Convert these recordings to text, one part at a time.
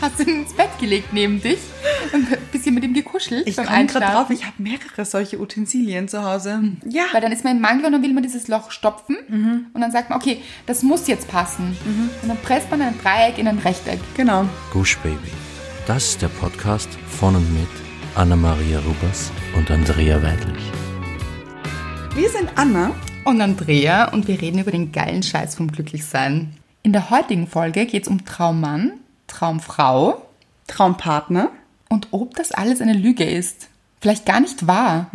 Hast du ihn ins Bett gelegt neben dich? Und ein bisschen mit ihm gekuschelt Ich beim komme gerade Einschlafen? drauf, ich habe mehrere solche Utensilien zu Hause. Ja. Weil dann ist man im Mangel und dann will man dieses Loch stopfen. Und dann sagt man, okay, das muss jetzt passen. Und dann presst man ein Dreieck in ein Rechteck. Genau. Gush Baby. Das ist der Podcast von und mit Anna-Maria Rubers und Andrea Weidlich. Wir sind Anna. Und Andrea und wir reden über den geilen Scheiß vom Glücklichsein. In der heutigen Folge geht es um Traummann, Traumfrau Traumpartner. und ob das alles eine Lüge ist. Vielleicht gar nicht wahr.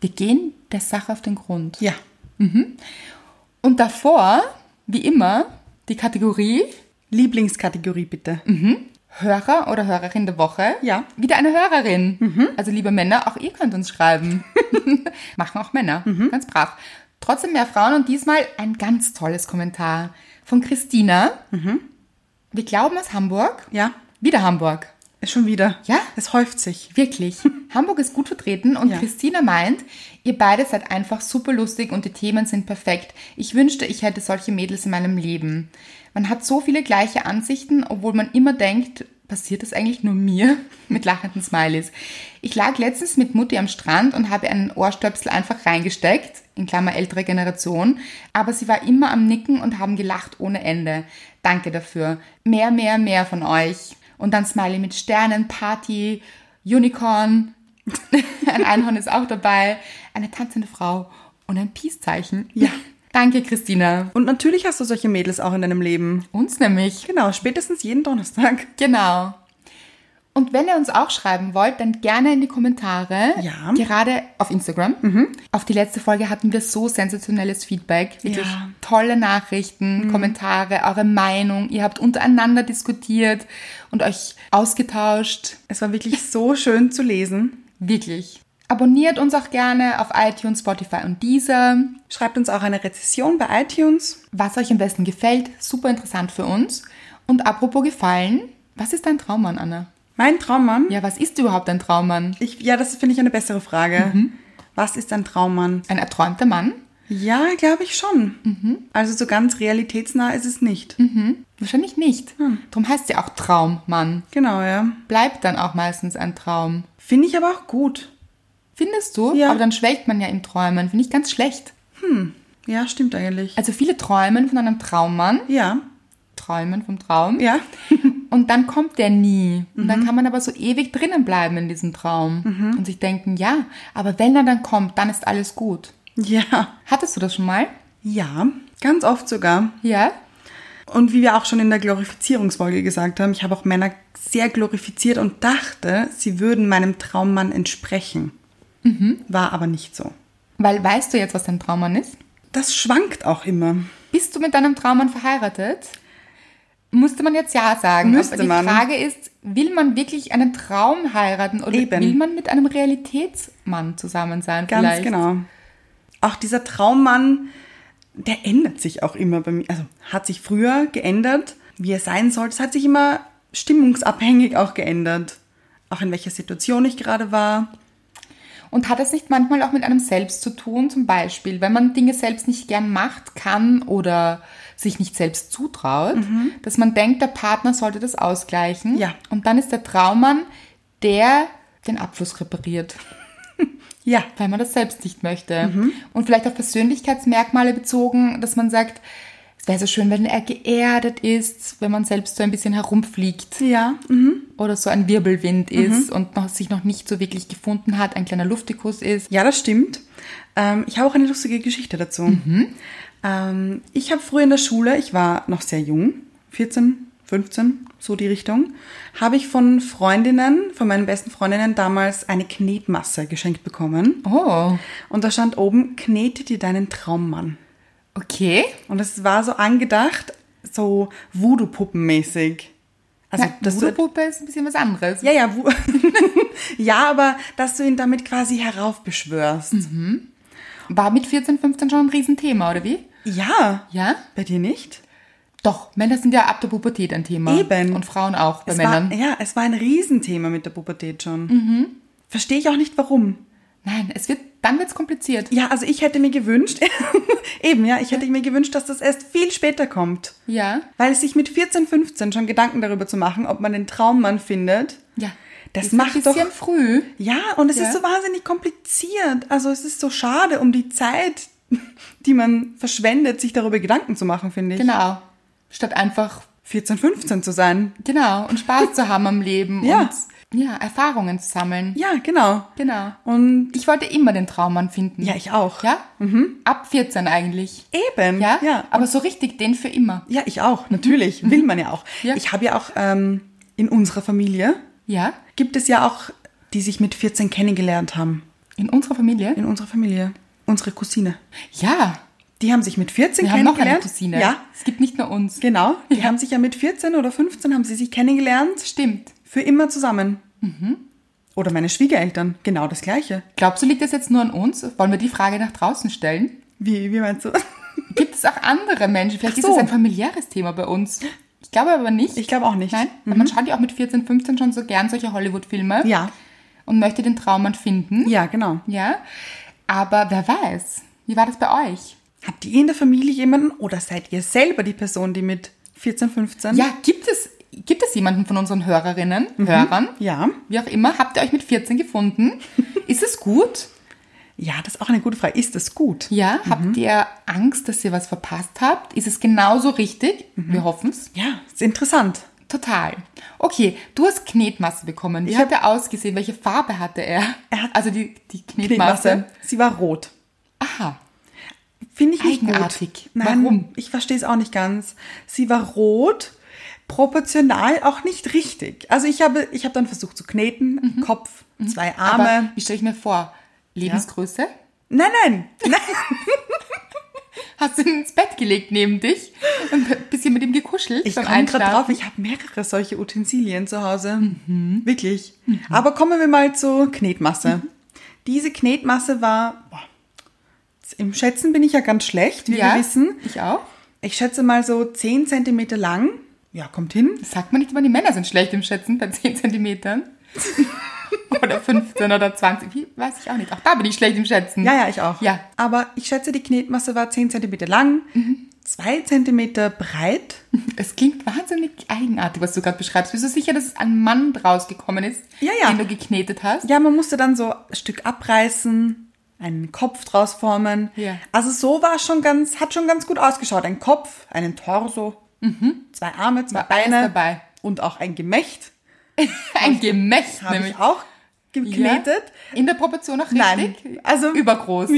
Wir gehen der Sache auf den Grund. Ja. Und davor, wie immer, die Kategorie Lieblingskategorie bitte. Hörer oder Hörerin der Woche. Ja. Mhm. Wieder eine Hörerin. Also liebe Männer, auch ihr könnt uns schreiben. Machen auch Männer. Mhm. Ganz brav. Trotzdem mehr Frauen und diesmal ein ganz tolles Kommentar von Christina. Wir glauben aus Hamburg. Mhm. Ja. Wieder Hamburg. Schon wieder. Ja. Es häuft sich. Wirklich. Hamburg ist gut vertreten und Ja. Christina meint, ihr beide seid einfach super lustig und die Themen sind perfekt. Ich wünschte, ich hätte solche Mädels in meinem Leben. Man hat so viele gleiche Ansichten, obwohl man immer denkt, passiert das eigentlich nur mir? Mit lachenden Smileys. Ich lag letztens mit Mutti am Strand und habe einen Ohrstöpsel einfach reingesteckt, in Klammer ältere Generation, aber sie war immer am Nicken und haben gelacht ohne Ende. Danke dafür. Mehr, mehr, mehr von euch. Und dann Smiley mit Sternen, Party, Unicorn, ein Einhorn ist auch dabei, eine tanzende Frau und ein Peace-Zeichen. Ja. Danke, Christina. Und natürlich hast du solche Mädels auch in deinem Leben. Uns nämlich. Genau, spätestens jeden Donnerstag. Genau. Und wenn ihr uns auch schreiben wollt, dann gerne in die Kommentare. Ja. Mhm. Gerade auf Instagram. Auf die letzte Folge hatten wir so sensationelles Feedback. Wirklich Ja. Mhm. tolle Nachrichten, Kommentare, eure Meinung. Ihr habt untereinander diskutiert und euch ausgetauscht. Es war wirklich so schön zu lesen. Wirklich. Abonniert uns auch gerne auf iTunes, Spotify und Deezer. Schreibt uns auch eine Rezession bei iTunes. Was euch am besten gefällt, super interessant für uns. Und apropos gefallen, was ist dein Traummann, Anna? Mein Traummann. Ja, was ist überhaupt ein Traummann? Ich, ja, das finde ich eine bessere Frage. Was ist ein Traummann? Ein erträumter Mann? Ja, glaube ich schon. Also so ganz realitätsnah ist es nicht. Wahrscheinlich nicht. Hm. Drum heißt sie auch Traummann. Genau, ja. Bleibt dann auch meistens ein Traum. Finde ich aber auch gut. Findest du? Ja. Aber dann schwelgt man ja im Träumen. Finde ich ganz schlecht. Ja, stimmt eigentlich. Also viele träumen von einem Traummann. Ja, Träumen vom Traum. ja. Mhm. Und dann kommt der nie. Und dann kann man aber so ewig drinnen bleiben in diesem Traum. Und sich denken, ja, aber wenn er dann kommt, dann ist alles gut. Ja, Hattest du das schon mal? ja. Ganz oft sogar. Ja? Und wie wir auch schon in der Glorifizierungsfolge gesagt haben, ich habe auch Männer sehr glorifiziert und dachte, sie würden meinem Traummann entsprechen. War aber nicht so. Weil weißt du jetzt, was dein Traummann ist? Das schwankt auch immer. Bist du mit deinem Traummann verheiratet? Musste man jetzt ja sagen. Müsste Aber die man. Frage ist, will man wirklich einen Traum heiraten oder Eben. will man mit einem Realitätsmann zusammen sein? Ganz vielleicht? genau. Auch dieser Traummann, der ändert sich auch immer bei mir. Also hat sich früher geändert, wie er sein sollte. Es hat sich immer stimmungsabhängig auch geändert. Auch in welcher Situation ich gerade war. Und hat das nicht manchmal auch mit einem selbst zu tun, zum Beispiel, wenn man Dinge selbst nicht gern macht, kann oder sich nicht selbst zutraut, dass man denkt, der Partner sollte das ausgleichen. Mhm. Ja. Und dann ist der Traummann, der den Abfluss repariert, Ja, weil man das selbst nicht möchte. Mhm. Und vielleicht auf Persönlichkeitsmerkmale bezogen, dass man sagt, es wäre so schön, wenn er geerdet ist, wenn man selbst so ein bisschen herumfliegt ja, mhm. oder so ein Wirbelwind ist und noch, sich noch nicht so wirklich gefunden hat, ein kleiner Luftikus ist. ja, das stimmt. Ähm, ich habe auch eine lustige Geschichte dazu. Ähm, ich habe früher in der Schule, ich war noch sehr jung, 14, 15, so die Richtung, habe ich von Freundinnen, von meinen besten Freundinnen damals eine Knetmasse geschenkt bekommen. Oh. Und da stand oben, knete dir deinen Traummann. Okay. Und es war so angedacht, so Voodoo-Puppenmäßig. Also, Also, dass du, Voodoo-Puppe ist ein bisschen was anderes. ja, ja, Vo- ja, aber dass du ihn damit quasi heraufbeschwörst. Mhm. War mit 14, 15 schon ein Riesenthema, oder wie? Ja. Ja? Bei dir nicht? Doch, Männer sind ja ab der Pubertät ein Thema. Eben. Und Frauen auch bei es Männern. Mhm. War, ja, es war ein Riesenthema mit der Pubertät schon. Verstehe ich auch nicht, warum. Nein, es wird Dann wird's kompliziert. Ja, also ich hätte mir gewünscht, eben ja, ich hätte mir gewünscht, dass das erst viel später kommt. Ja. Weil sich mit 14, 15 schon Gedanken darüber zu machen, ob man den Traummann findet. Ja. Das Ist macht ein doch- bisschen früh. Ja, und es Ja. ist so wahnsinnig kompliziert. Also es ist so schade um die Zeit, die man verschwendet, sich darüber Gedanken zu machen, finde ich. Genau. Statt einfach, 14, 15 zu sein. genau, und Spaß zu haben am Leben Ja. und ja, Erfahrungen zu sammeln. Ja, genau. Genau. Und Ich wollte immer den Traummann finden. ja, ich auch. Ja? Ab 14 eigentlich. Eben. Ja? ja. Aber so richtig den für immer. Ja, ich auch, natürlich. Will man ja auch. Ja. Ich habe ja auch ähm, in unserer Familie Ja? gibt es ja auch, die sich mit 14 kennengelernt haben. In unserer Familie? In unserer Familie. Unsere Cousine. Ja. Die haben sich mit 14 Wir haben noch kennengelernt. eine Cousine. Ja, Es gibt nicht nur uns. genau. Die haben sich ja mit 14 oder 15 haben sie sich kennengelernt. Stimmt. Für immer zusammen. Mhm. Oder meine Schwiegereltern. Genau das Gleiche. Glaubst du, liegt das jetzt nur an uns? Wollen wir die Frage nach draußen stellen? Wie, wie meinst du? Gibt es auch andere Menschen? Vielleicht Ach ist so. das ein familiäres Thema bei uns. Ich glaube aber nicht. Ich glaube auch nicht. Mhm. Nein, weil man schaut ja auch mit 14, 15 schon so gern solche Hollywood-Filme. Ja. Und möchte den Traummann finden. Ja, genau. Ja. Aber wer weiß, wie war das bei euch? Habt ihr in der Familie jemanden oder seid ihr selber die Person, die mit 14, 15? Ja, gibt es, gibt es jemanden von unseren Hörerinnen, Mhm. Hörern, Ja. wie auch immer, habt ihr euch mit 14 gefunden? ist es gut? Ja, das ist auch eine gute Frage. Ist das gut? Ja, Mhm. habt ihr Angst, dass ihr was verpasst habt? Ist es genauso richtig? Mhm. Wir hoffen's. Ja, ist interessant. Total. Okay, du hast Knetmasse bekommen. Wie Ich hat er ausgesehen? Welche Farbe hatte er? Er hat- also die, die Knetmasse. Knetmasse. Sie war rot. Aha. Finde ich nicht Eigenartig. gut. Nein, Warum? Ich verstehe es auch nicht ganz. Sie war rot, proportional auch nicht richtig. Also ich habe, ich habe dann versucht zu kneten, Kopf, zwei Arme. Mhm. Aber wie stelle ich mir vor? Lebensgröße? nein, nein, nein. Hast du ihn ins Bett gelegt neben dich und ein bisschen mit ihm gekuschelt Ich beim komme gerade Einschlafen? drauf, ich habe mehrere solche Utensilien zu Hause. Mhm. Mhm. Wirklich. Aber kommen wir mal zur Knetmasse. Diese Knetmasse war, boah, im Schätzen bin ich ja ganz schlecht, wie ja, wir wissen. Ich auch. Ich schätze mal so 10 cm lang. Ja, kommt hin. Sagt man nicht immer, die Männer sind schlecht im Schätzen bei 10 Zentimetern? oder 15 oder 20, wie, weiß ich auch nicht. Auch da bin ich schlecht im Schätzen. Ja, ja, ich auch. Ja. Aber ich schätze, die Knetmasse war 10 cm lang, Mhm. 2 cm breit. Es klingt wahnsinnig eigenartig, was du gerade beschreibst. Bist du sicher, dass es ein Mann rausgekommen ist, Ja, ja. den du geknetet hast? Ja, man musste dann so ein Stück abreißen, einen Kopf draus formen. Ja. Also so war schon ganz, hat schon ganz gut ausgeschaut. Ein Kopf, einen Torso, zwei Arme, zwei Mhm. War alles Beine dabei. und auch ein Gemächt Ein Gemächt habe nämlich. ich auch geknetet. Ja. In der Proportion auch Nein, richtig? also- Übergroß.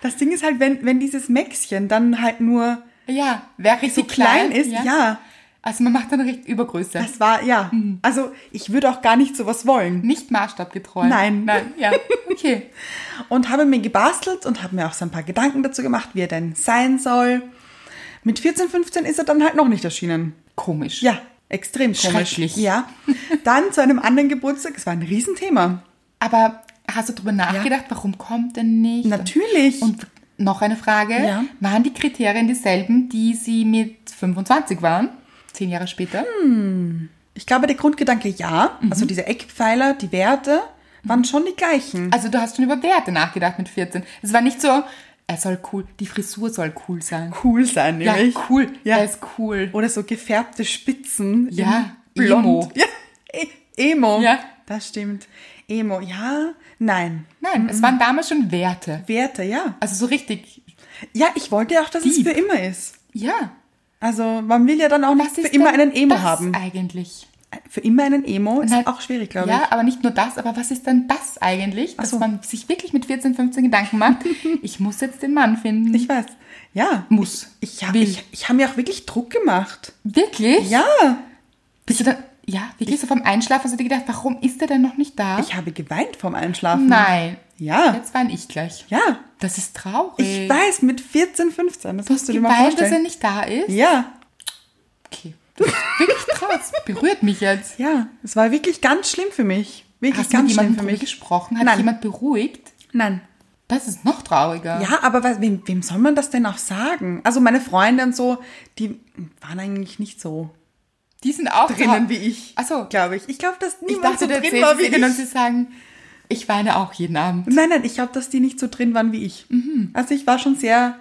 Das Ding ist halt, wenn, wenn dieses Mäxchen dann halt nur Ja, wäre richtig so klein, ist, ja, Also man macht dann recht Übergröße. das war, ja. Mhm. Also ich würde auch gar nicht sowas wollen. nicht maßstabgetreu. Nein. Nein, ja. Okay. und habe mir gebastelt und habe mir auch so ein paar Gedanken dazu gemacht, wie er denn sein soll. Mit 14, 15 ist er dann halt noch nicht erschienen. Komisch. Ja, extrem komisch. Schrecklich. Ja. Dann zu einem anderen Geburtstag, es war ein Riesenthema. Aber hast du darüber nachgedacht, warum kommt er nicht? Natürlich. Und noch eine Frage. Ja. Waren die Kriterien dieselben, die sie mit 25 waren? Zehn Jahre später? Hm. ich glaube, der Grundgedanke ja, Mhm. also diese Eckpfeiler, die Werte waren schon die gleichen. Also du hast schon über Werte nachgedacht mit 14. Es war nicht so, er soll cool, die Frisur soll cool sein. Cool sein, Ja, nämlich. cool. Ja. Er ist cool. Oder so gefärbte Spitzen. Ja, in blond. Emo. Ja, e Emo. Ja. Das stimmt. Emo, ja, nein. Nein, Mhm. es waren damals schon Werte. Werte, ja. Also so richtig, Ja, ich wollte ja auch, dass Deep. es für immer ist. ja. Also man will ja dann auch nicht Was für ist immer denn einen Emo das haben. eigentlich? Für immer einen Emo ist Nein. auch schwierig, glaube ja, ich. aber nicht nur das, aber was ist denn das eigentlich, dass so. man sich wirklich mit 14, 15 Gedanken macht, ich muss jetzt den Mann finden. Ich weiß. Ja. Muss. Ich, ich habe Will. ich, ich hab mir auch wirklich Druck gemacht. wirklich? Ja. Bist du dann, ja, wirklich so vom Einschlafen hast du dir gedacht, warum ist er denn noch nicht da? Ich habe geweint vorm Einschlafen. Nein. Ja. Jetzt weine ich gleich. Ja. Das ist traurig. Ich weiß, mit 14, 15. Das musst du dir mal Geweint, dass er vorstellen. nicht da ist? Ja. Okay. Das ist wirklich traurig. Das berührt mich jetzt. Ja. Es war wirklich ganz schlimm für mich. Wirklich Hast du mit ganz schlimm jemandem für darüber mich. gesprochen? Hat Nein. dich jemand beruhigt? Nein. Das ist noch trauriger. Ja, aber was, wem, wem soll man das denn auch sagen? Also meine Freunde und so, die waren eigentlich nicht so Die sind auch drinnen wie ich. Ach so. Glaube ich. Ich glaube, dass Ich niemand dachte, so du drin erzählst war es wie ihnen und sie ich. sagen, Ich weine auch jeden Abend. Nein, nein, ich glaube, dass die nicht so drin waren wie ich. Mhm. Also ich war schon sehr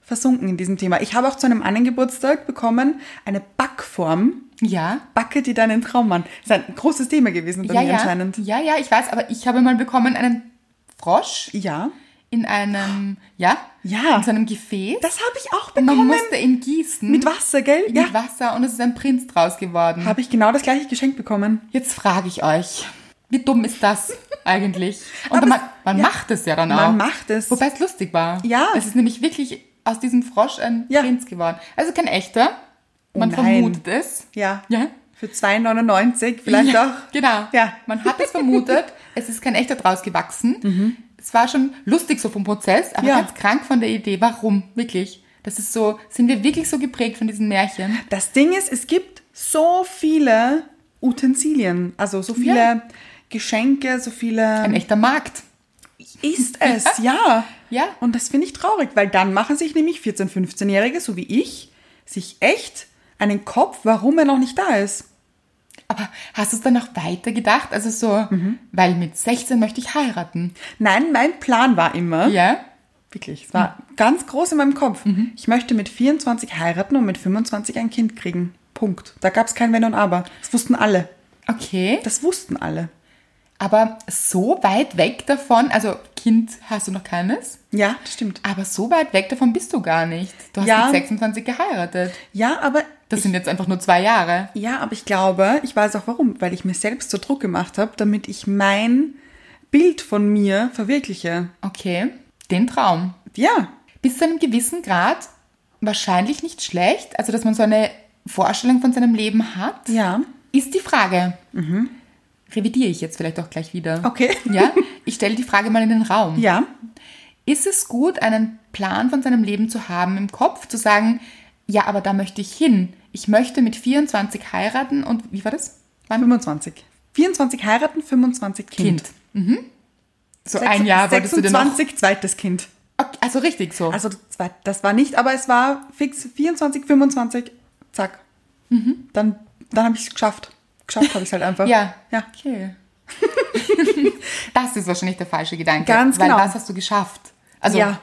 versunken in diesem Thema. Ich habe auch zu einem anderen Geburtstag bekommen eine Backform. Ja. Backe dir deinen Traummann. Ist ein großes Thema gewesen bei Ja, mir ja. anscheinend. Ja, ja, ich weiß, aber ich habe mal bekommen einen Frosch Ja. in einem, ja, Ja. in so einem Gefäß. Das habe ich auch und man bekommen. musste ihn gießen Mit Wasser, gell? mit Ja. Wasser und es ist ein Prinz draus geworden. Habe ich genau das gleiche Geschenk bekommen. Jetzt frage ich euch, wie dumm ist das eigentlich? Und Aber man, es- man ja. macht es ja dann auch. Man macht es. Genau. Wobei es lustig war. Ja. Es ist nämlich wirklich aus diesem Frosch ein Ja. Oh Prinz geworden. Also kein echter. Man nein. vermutet es. Ja. Ja. Für 2,99 vielleicht ja, auch. Genau. Ja. Man hat es vermutet. es ist kein echter draus gewachsen. Es war schon lustig so vom Prozess, aber Mhm. Ja. ganz krank von der Idee. Warum? Wirklich. Das ist so, sind wir wirklich so geprägt von diesen Märchen? Das Ding ist, es gibt so viele Utensilien, also so viele Ja. Geschenke, so Ein viele. echter Markt. Ist es, ja. Ja. Und das finde ich traurig, weil dann machen sich nämlich 14-, 15-Jährige, so wie ich, sich echt einen Kopf, warum er noch nicht da ist. Aber hast du es dann noch weiter gedacht? Also so, Mhm. weil mit 16 möchte ich heiraten. Nein, mein Plan war immer, Ja? wirklich, es war ganz groß in meinem Kopf. Ich möchte mit 24 heiraten und mit 25 ein Kind kriegen. Punkt. Da gab es kein Wenn und Aber. Das wussten alle. Okay. Das wussten alle. Aber so weit weg davon, also Kind hast du noch keines, Ja, das stimmt. aber so weit weg davon bist du gar nicht. Du hast Ja. mit 26 geheiratet. Ja, aber Das sind jetzt einfach nur zwei Jahre. Ja, aber ich glaube, ich weiß auch warum, weil ich mir selbst so Druck gemacht habe, damit ich mein Bild von mir verwirkliche. Okay. Den Traum. Ja, Bis zu einem gewissen Grad wahrscheinlich nicht schlecht, also dass man so eine Vorstellung von seinem Leben hat, ja. Mhm. ist die Frage. Revidiere ich jetzt vielleicht auch gleich wieder. Okay. Ja, ich stelle die Frage mal in den Raum. Ja, Ist es gut, einen Plan von seinem Leben zu haben im Kopf, zu sagen, ja, aber da möchte ich hin. Ich möchte mit 24 heiraten und wie war das? Wann? 25. 24 heiraten, 25 Kind. Kind. Mhm. So ein Jahr wolltest du dir noch. 26, zweites Kind. Okay, also richtig so. Also zwei- das war nicht, aber es war fix 24, 25, zack. Dann, dann habe ich es geschafft. Geschafft habe ich es halt einfach. Mhm. ja. Ja. Okay. das ist wahrscheinlich der falsche Gedanke. Ganz genau. Weil was hast du geschafft? Also Ja.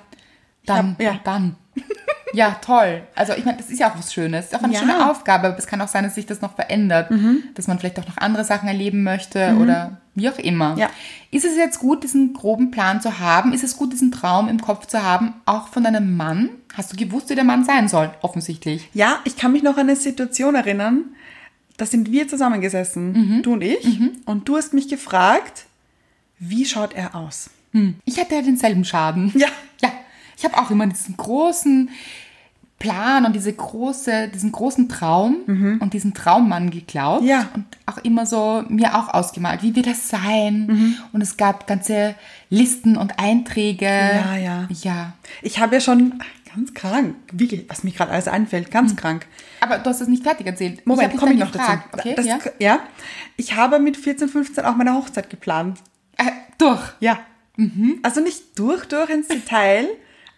dann, hab- ja. dann. Ja, toll. Also ich meine, das ist ja auch was Schönes. Ist auch eine Ja. Mhm. schöne Aufgabe, aber es kann auch sein, dass sich das noch verändert. Dass man vielleicht auch noch andere Sachen erleben möchte oder wie auch immer. Ja. Ist es jetzt gut, diesen groben Plan zu haben? Ist es gut, diesen Traum im Kopf zu haben, auch von einem Mann? Hast du gewusst, wie der Mann sein soll? Offensichtlich. Ja, ich kann mich noch an eine Situation erinnern. Da sind wir Mhm. zusammengesessen, du und ich. Und du hast mich gefragt, wie schaut er aus? Ich hatte ja denselben Schaden. Ja. Ja. Ich habe auch immer diesen großen Plan und diese große, diesen großen Traum und diesen Traummann geglaubt. Mhm. Ja. Und auch immer so mir auch ausgemalt, wie wird das sein? Mhm. Und es gab ganze Listen und Einträge. Ja, ja. Ja. Ich habe ja schon ach, ganz krank, wirklich, was mir gerade alles einfällt, ganz Mhm. krank. Aber du hast es nicht fertig erzählt. Moment, ich hab komme ich dich noch dann gefragt. dazu. Okay, Das- ja. ja. Ich habe mit 14, 15 auch meine Hochzeit geplant. Äh, durch. Ja. Mhm. Also nicht durch, durch ins Detail,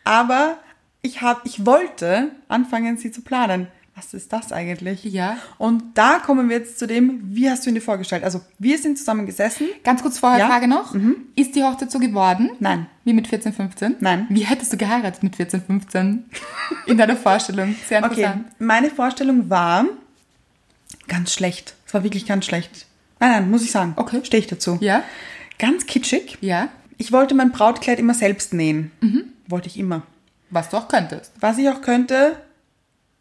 aber ich, hab, ich wollte anfangen, sie zu planen. Was ist das eigentlich? Ja. Und da kommen wir jetzt zu dem, wie hast du ihn dir vorgestellt? Also wir sind zusammen gesessen. Ganz kurz vorher Ja. Mhm. Frage noch. Ist die Hochzeit so geworden? Nein. Wie mit 14, 15? Nein. Wie hättest du geheiratet mit 14, 15? In deiner Vorstellung. Sehr Okay, interessant. meine Vorstellung war ganz schlecht. Es war wirklich ganz schlecht. Nein, nein, muss ich sagen. Okay. Stehe ich dazu. Ja? Ganz kitschig. Ja? Ich wollte mein Brautkleid immer selbst nähen. Mhm. Wollte ich immer. Was du auch könntest. Was ich auch könnte,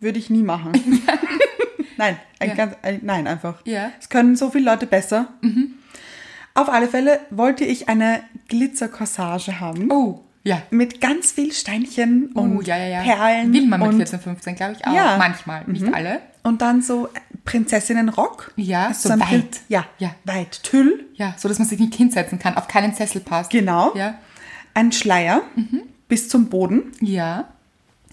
würde ich nie machen. nein, ein Ja. ganz, ein, nein, einfach. Ja. Mhm. Es können so viele Leute besser. Auf alle Fälle wollte ich eine Glitzercorsage haben. Oh, ja. Mit ganz viel Steinchen und oh, ja, ja, ja. Perlen. Will man mit und 14, 15, glaube ich, auch. Ja. Mhm. Manchmal, nicht alle. Und dann so Prinzessinnenrock. Ja, Also so ein weit. Prin- Ja, Ja. weit. Tüll, Ja, so dass man sich nicht hinsetzen kann, auf keinen Sessel passt. genau. Ja. Mhm. Ein Schleier bis zum Boden Ja.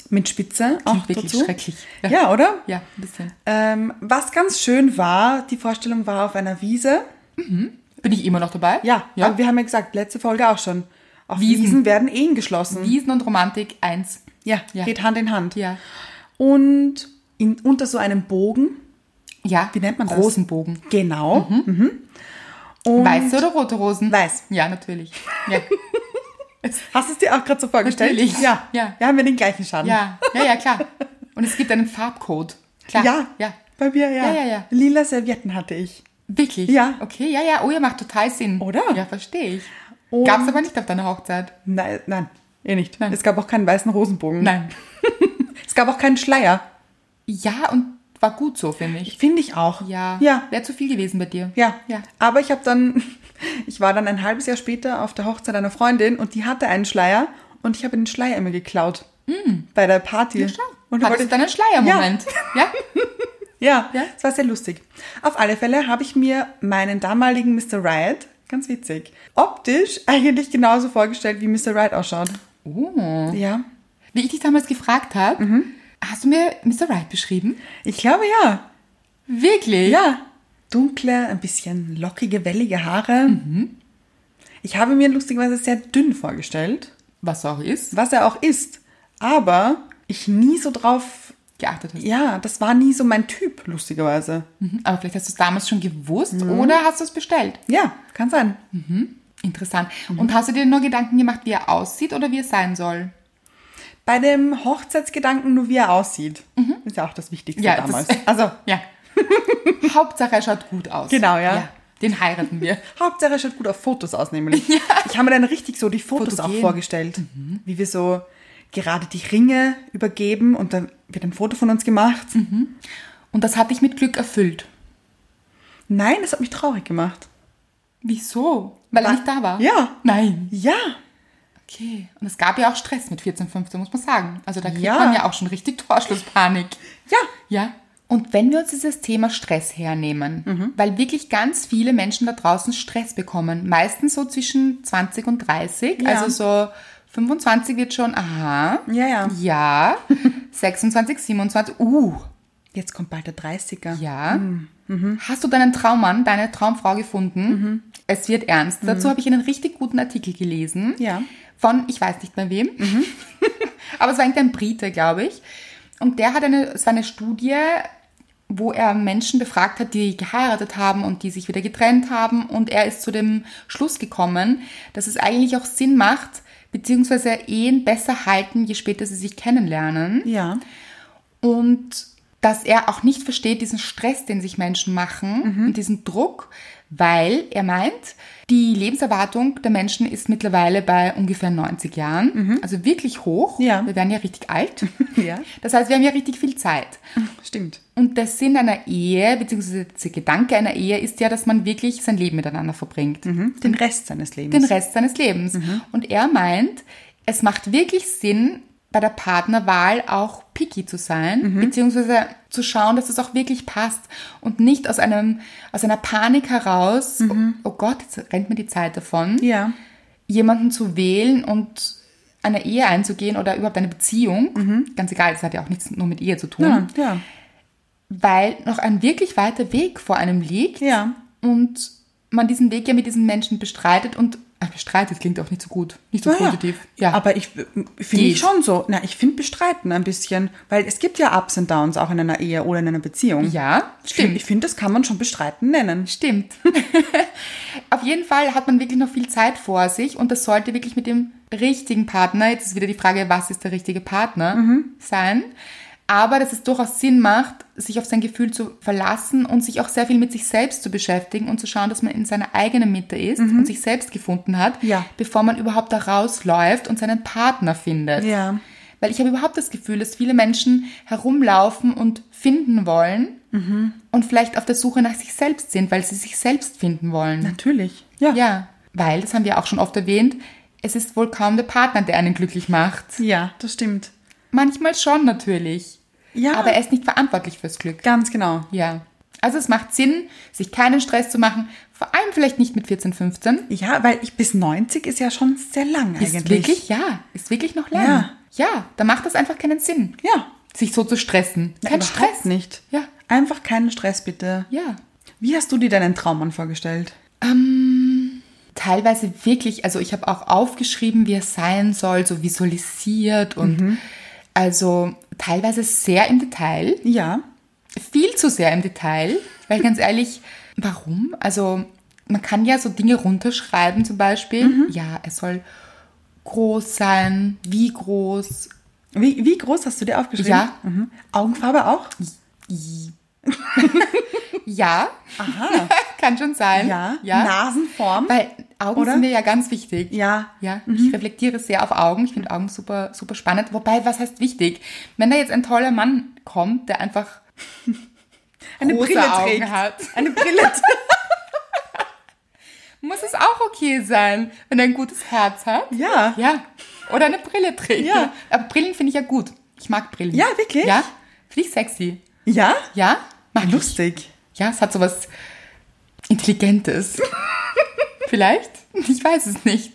mit Spitze auch wirklich dazu. schrecklich. Ja, oder? Ja, ein bisschen. Ähm, was ganz schön war, die Vorstellung war auf einer Wiese. Bin ich immer noch dabei? Ja, ja. aber wir haben ja gesagt, letzte Folge auch schon. Auf Wiesen. Wiesen, werden Ehen geschlossen. Wiesen und Romantik eins. Ja, Ja. geht Hand in Hand. Ja. Und in, unter so einem Bogen, Ja. wie nennt man das? Rosenbogen. Genau. Mhm. Und Weiße oder rote Rosen? Weiß. Ja, natürlich. Ja, Hast du es dir auch gerade so vorgestellt? Natürlich. Ja. Ja. Wir haben ja den gleichen Schaden. ja, ja, ja, klar. Und es gibt einen Farbcode. Klar. Ja. ja. Bei mir, ja. Ja, ja, ja. Lila Servietten hatte ich. Wirklich? Ja. Okay, ja, ja. Oh, ja, macht total Sinn. Oder? Ja, verstehe ich. Und- Gab's aber nicht auf deiner Hochzeit. Nein, nein, eh nicht. Nein. Es gab auch keinen weißen Rosenbogen. Nein. Es gab auch keinen Schleier. Ja, und war gut so, finde ich. Finde ich auch. Ja. Ja. Wäre zu viel gewesen bei dir. Ja. Ja. Aber ich habe dann, ich war dann ein halbes Jahr später auf der Hochzeit einer Freundin und die hatte einen Schleier und ich habe den Schleier immer geklaut. Bei der Party. Hm. Ja, schau. Und Hattest wollte, du deinen Schleiermoment? Ja. ja, Ja. es war sehr lustig. Auf alle Fälle habe ich mir meinen damaligen Mr. Riot, ganz witzig, optisch eigentlich genauso vorgestellt, wie Mr. Riot ausschaut. Oh. Ja. Wie ich dich damals gefragt habe, Mhm. hast du mir Mr. Right beschrieben? Ich glaube ja. Wirklich? Ja. Dunkle, ein bisschen lockige, wellige Haare. Mhm. Ich habe mir lustigerweise sehr dünn vorgestellt, Was auch ist, was er auch ist. Aber ich nie so drauf. geachtet hast. Ja, das war nie so mein Typ, lustigerweise. Mhm. Aber vielleicht hast du es damals schon gewusst Mhm. oder hast du es bestellt? Ja, kann sein. Interessant. Mhm. Und hast du dir nur Gedanken gemacht, wie er aussieht oder wie er sein soll? Bei dem Hochzeitsgedanken nur, wie er aussieht. Ist ja auch das Wichtigste Mhm. Ja, das- damals. also, Ja. Hauptsache, er schaut gut aus. Genau, ja. Den heiraten wir. Hauptsache, er schaut gut auf Fotos aus, nämlich. Ich habe mir dann richtig so die Fotos Fotogen. auch vorgestellt, Mhm. wie wir so gerade die Ringe übergeben und dann wird ein Foto von uns gemacht. Mhm. Und das hat dich mit Glück erfüllt. Nein, das hat mich traurig gemacht. Wieso? Weil er Wa- nicht da war? Ja. Nein. Ja, Okay. Und es gab ja auch Stress mit 14, 15, muss man sagen. Also da kriegt Ja. man ja auch schon richtig Torschlusspanik. ja. Ja. Und wenn wir uns dieses Thema Stress hernehmen, Mhm. weil wirklich ganz viele Menschen da draußen Stress bekommen, meistens so zwischen 20 und 30, Ja. also so 25 wird schon, aha, Ja, ja. ja 26, 27, uh, Jetzt kommt bald der 30er. ja. Hast du deinen Traummann, deine Traumfrau gefunden? Es wird ernst. Dazu habe ich einen richtig guten Artikel gelesen. Ja. Von, ich weiß nicht mehr wem. Aber es war irgendein Brite, glaube ich. Und der hat eine, es war eine Studie, wo er Menschen befragt hat, die geheiratet haben und die sich wieder getrennt haben. Und er ist zu dem Schluss gekommen, dass es eigentlich auch Sinn macht, beziehungsweise Ehen besser halten, je später sie sich kennenlernen Ja. und dass er auch nicht versteht diesen Stress, den sich Menschen machen und diesen Druck, weil er meint, die Lebenserwartung der Menschen ist mittlerweile bei ungefähr 90 Jahren, also wirklich hoch. Ja. Wir werden ja richtig alt. Ja. Das heißt, wir haben ja richtig viel Zeit. Stimmt. Und der Sinn einer Ehe, beziehungsweise der Gedanke einer Ehe ist ja, dass man wirklich sein Leben miteinander verbringt Den Rest seines Lebens. Mhm. den Rest seines Lebens. Und er meint, es macht wirklich Sinn, bei der Partnerwahl auch picky zu sein, Mhm. beziehungsweise zu schauen, dass es auch wirklich passt und nicht aus einem, aus einer Panik heraus, oh, oh Gott, jetzt rennt mir die Zeit davon, Mhm. Ja. jemanden zu wählen und eine Ehe einzugehen oder überhaupt eine Beziehung, ganz egal, das hat ja auch nichts nur mit Ehe zu tun, Mhm. Ja, ja. weil noch ein wirklich weiter Weg vor einem liegt Ja. und man diesen Weg ja mit diesen Menschen bestreitet und ach, bestreitet klingt auch nicht so gut, nicht so Naja, positiv. Ja, Aber ich äh, finde Geht. ich schon so. Na, ich finde bestreiten ein bisschen, weil es gibt ja Ups und Downs auch in einer Ehe oder in einer Beziehung. ja, Ich find- stimmt, Ich finde, das kann man schon bestreiten nennen. stimmt. Auf jeden Fall hat man wirklich noch viel Zeit vor sich und das sollte wirklich mit dem richtigen Partner, jetzt ist wieder die Frage, was ist der richtige Partner Mhm. sein, aber dass es durchaus Sinn macht, sich auf sein Gefühl zu verlassen und sich auch sehr viel mit sich selbst zu beschäftigen und zu schauen, dass man in seiner eigenen Mitte ist und sich selbst gefunden hat, Mhm. Ja. bevor man überhaupt da rausläuft und seinen Partner findet. Ja. Weil ich habe überhaupt das Gefühl, dass viele Menschen herumlaufen und finden wollen und vielleicht auf der Suche nach sich selbst sind, weil sie sich selbst finden wollen. Natürlich. Ja, weil, das haben wir auch schon oft erwähnt, es ist wohl kaum der Partner, der einen glücklich macht. Ja, das stimmt. Manchmal schon natürlich. Ja. Aber er ist nicht verantwortlich fürs Glück. Ganz genau. Ja. Also es macht Sinn, sich keinen Stress zu machen, vor allem vielleicht nicht mit 14, 15. Ja, weil ich bis 90 ist ja schon sehr lang Ist eigentlich. wirklich, ja, ist wirklich noch lang. Ja. ja, da macht das einfach keinen Sinn, Ja. sich so zu stressen. Na, Kein überhaupt Stress. nicht. Ja. Einfach keinen Stress bitte. Ja. Wie hast du dir deinen Traummann vorgestellt? Teilweise wirklich, also ich habe auch aufgeschrieben, wie er sein soll, so visualisiert und Mhm. also teilweise sehr im Detail, Ja. viel zu sehr im Detail, weil ganz ehrlich, warum? Also man kann ja so Dinge runterschreiben zum Beispiel. Mhm. Ja, es soll groß sein, wie groß. Wie, wie groß hast du dir aufgeschrieben? Ja. Mhm. Augenfarbe auch? Ja, Aha. kann schon sein. Ja. ja. Nasenform? Weil Augen Oder? sind mir ja ganz wichtig. ja. Ja, ich reflektiere sehr auf Augen. Ich finde Augen super, super spannend. Wobei, was heißt wichtig? Wenn da jetzt ein toller Mann kommt, der einfach Eine große Brille Augen trägt. hat, Eine Brille trägt. muss es auch okay sein, wenn er ein gutes Herz hat. Ja. Ja. Oder eine Brille trägt. Ja. Aber Brillen finde ich ja gut. Ich mag Brillen. Ja, wirklich? Ja. Finde ich sexy. Ja? Ja? Mag ich. Lustig. Ja, es hat so was Intelligentes. Vielleicht? Ich weiß es nicht.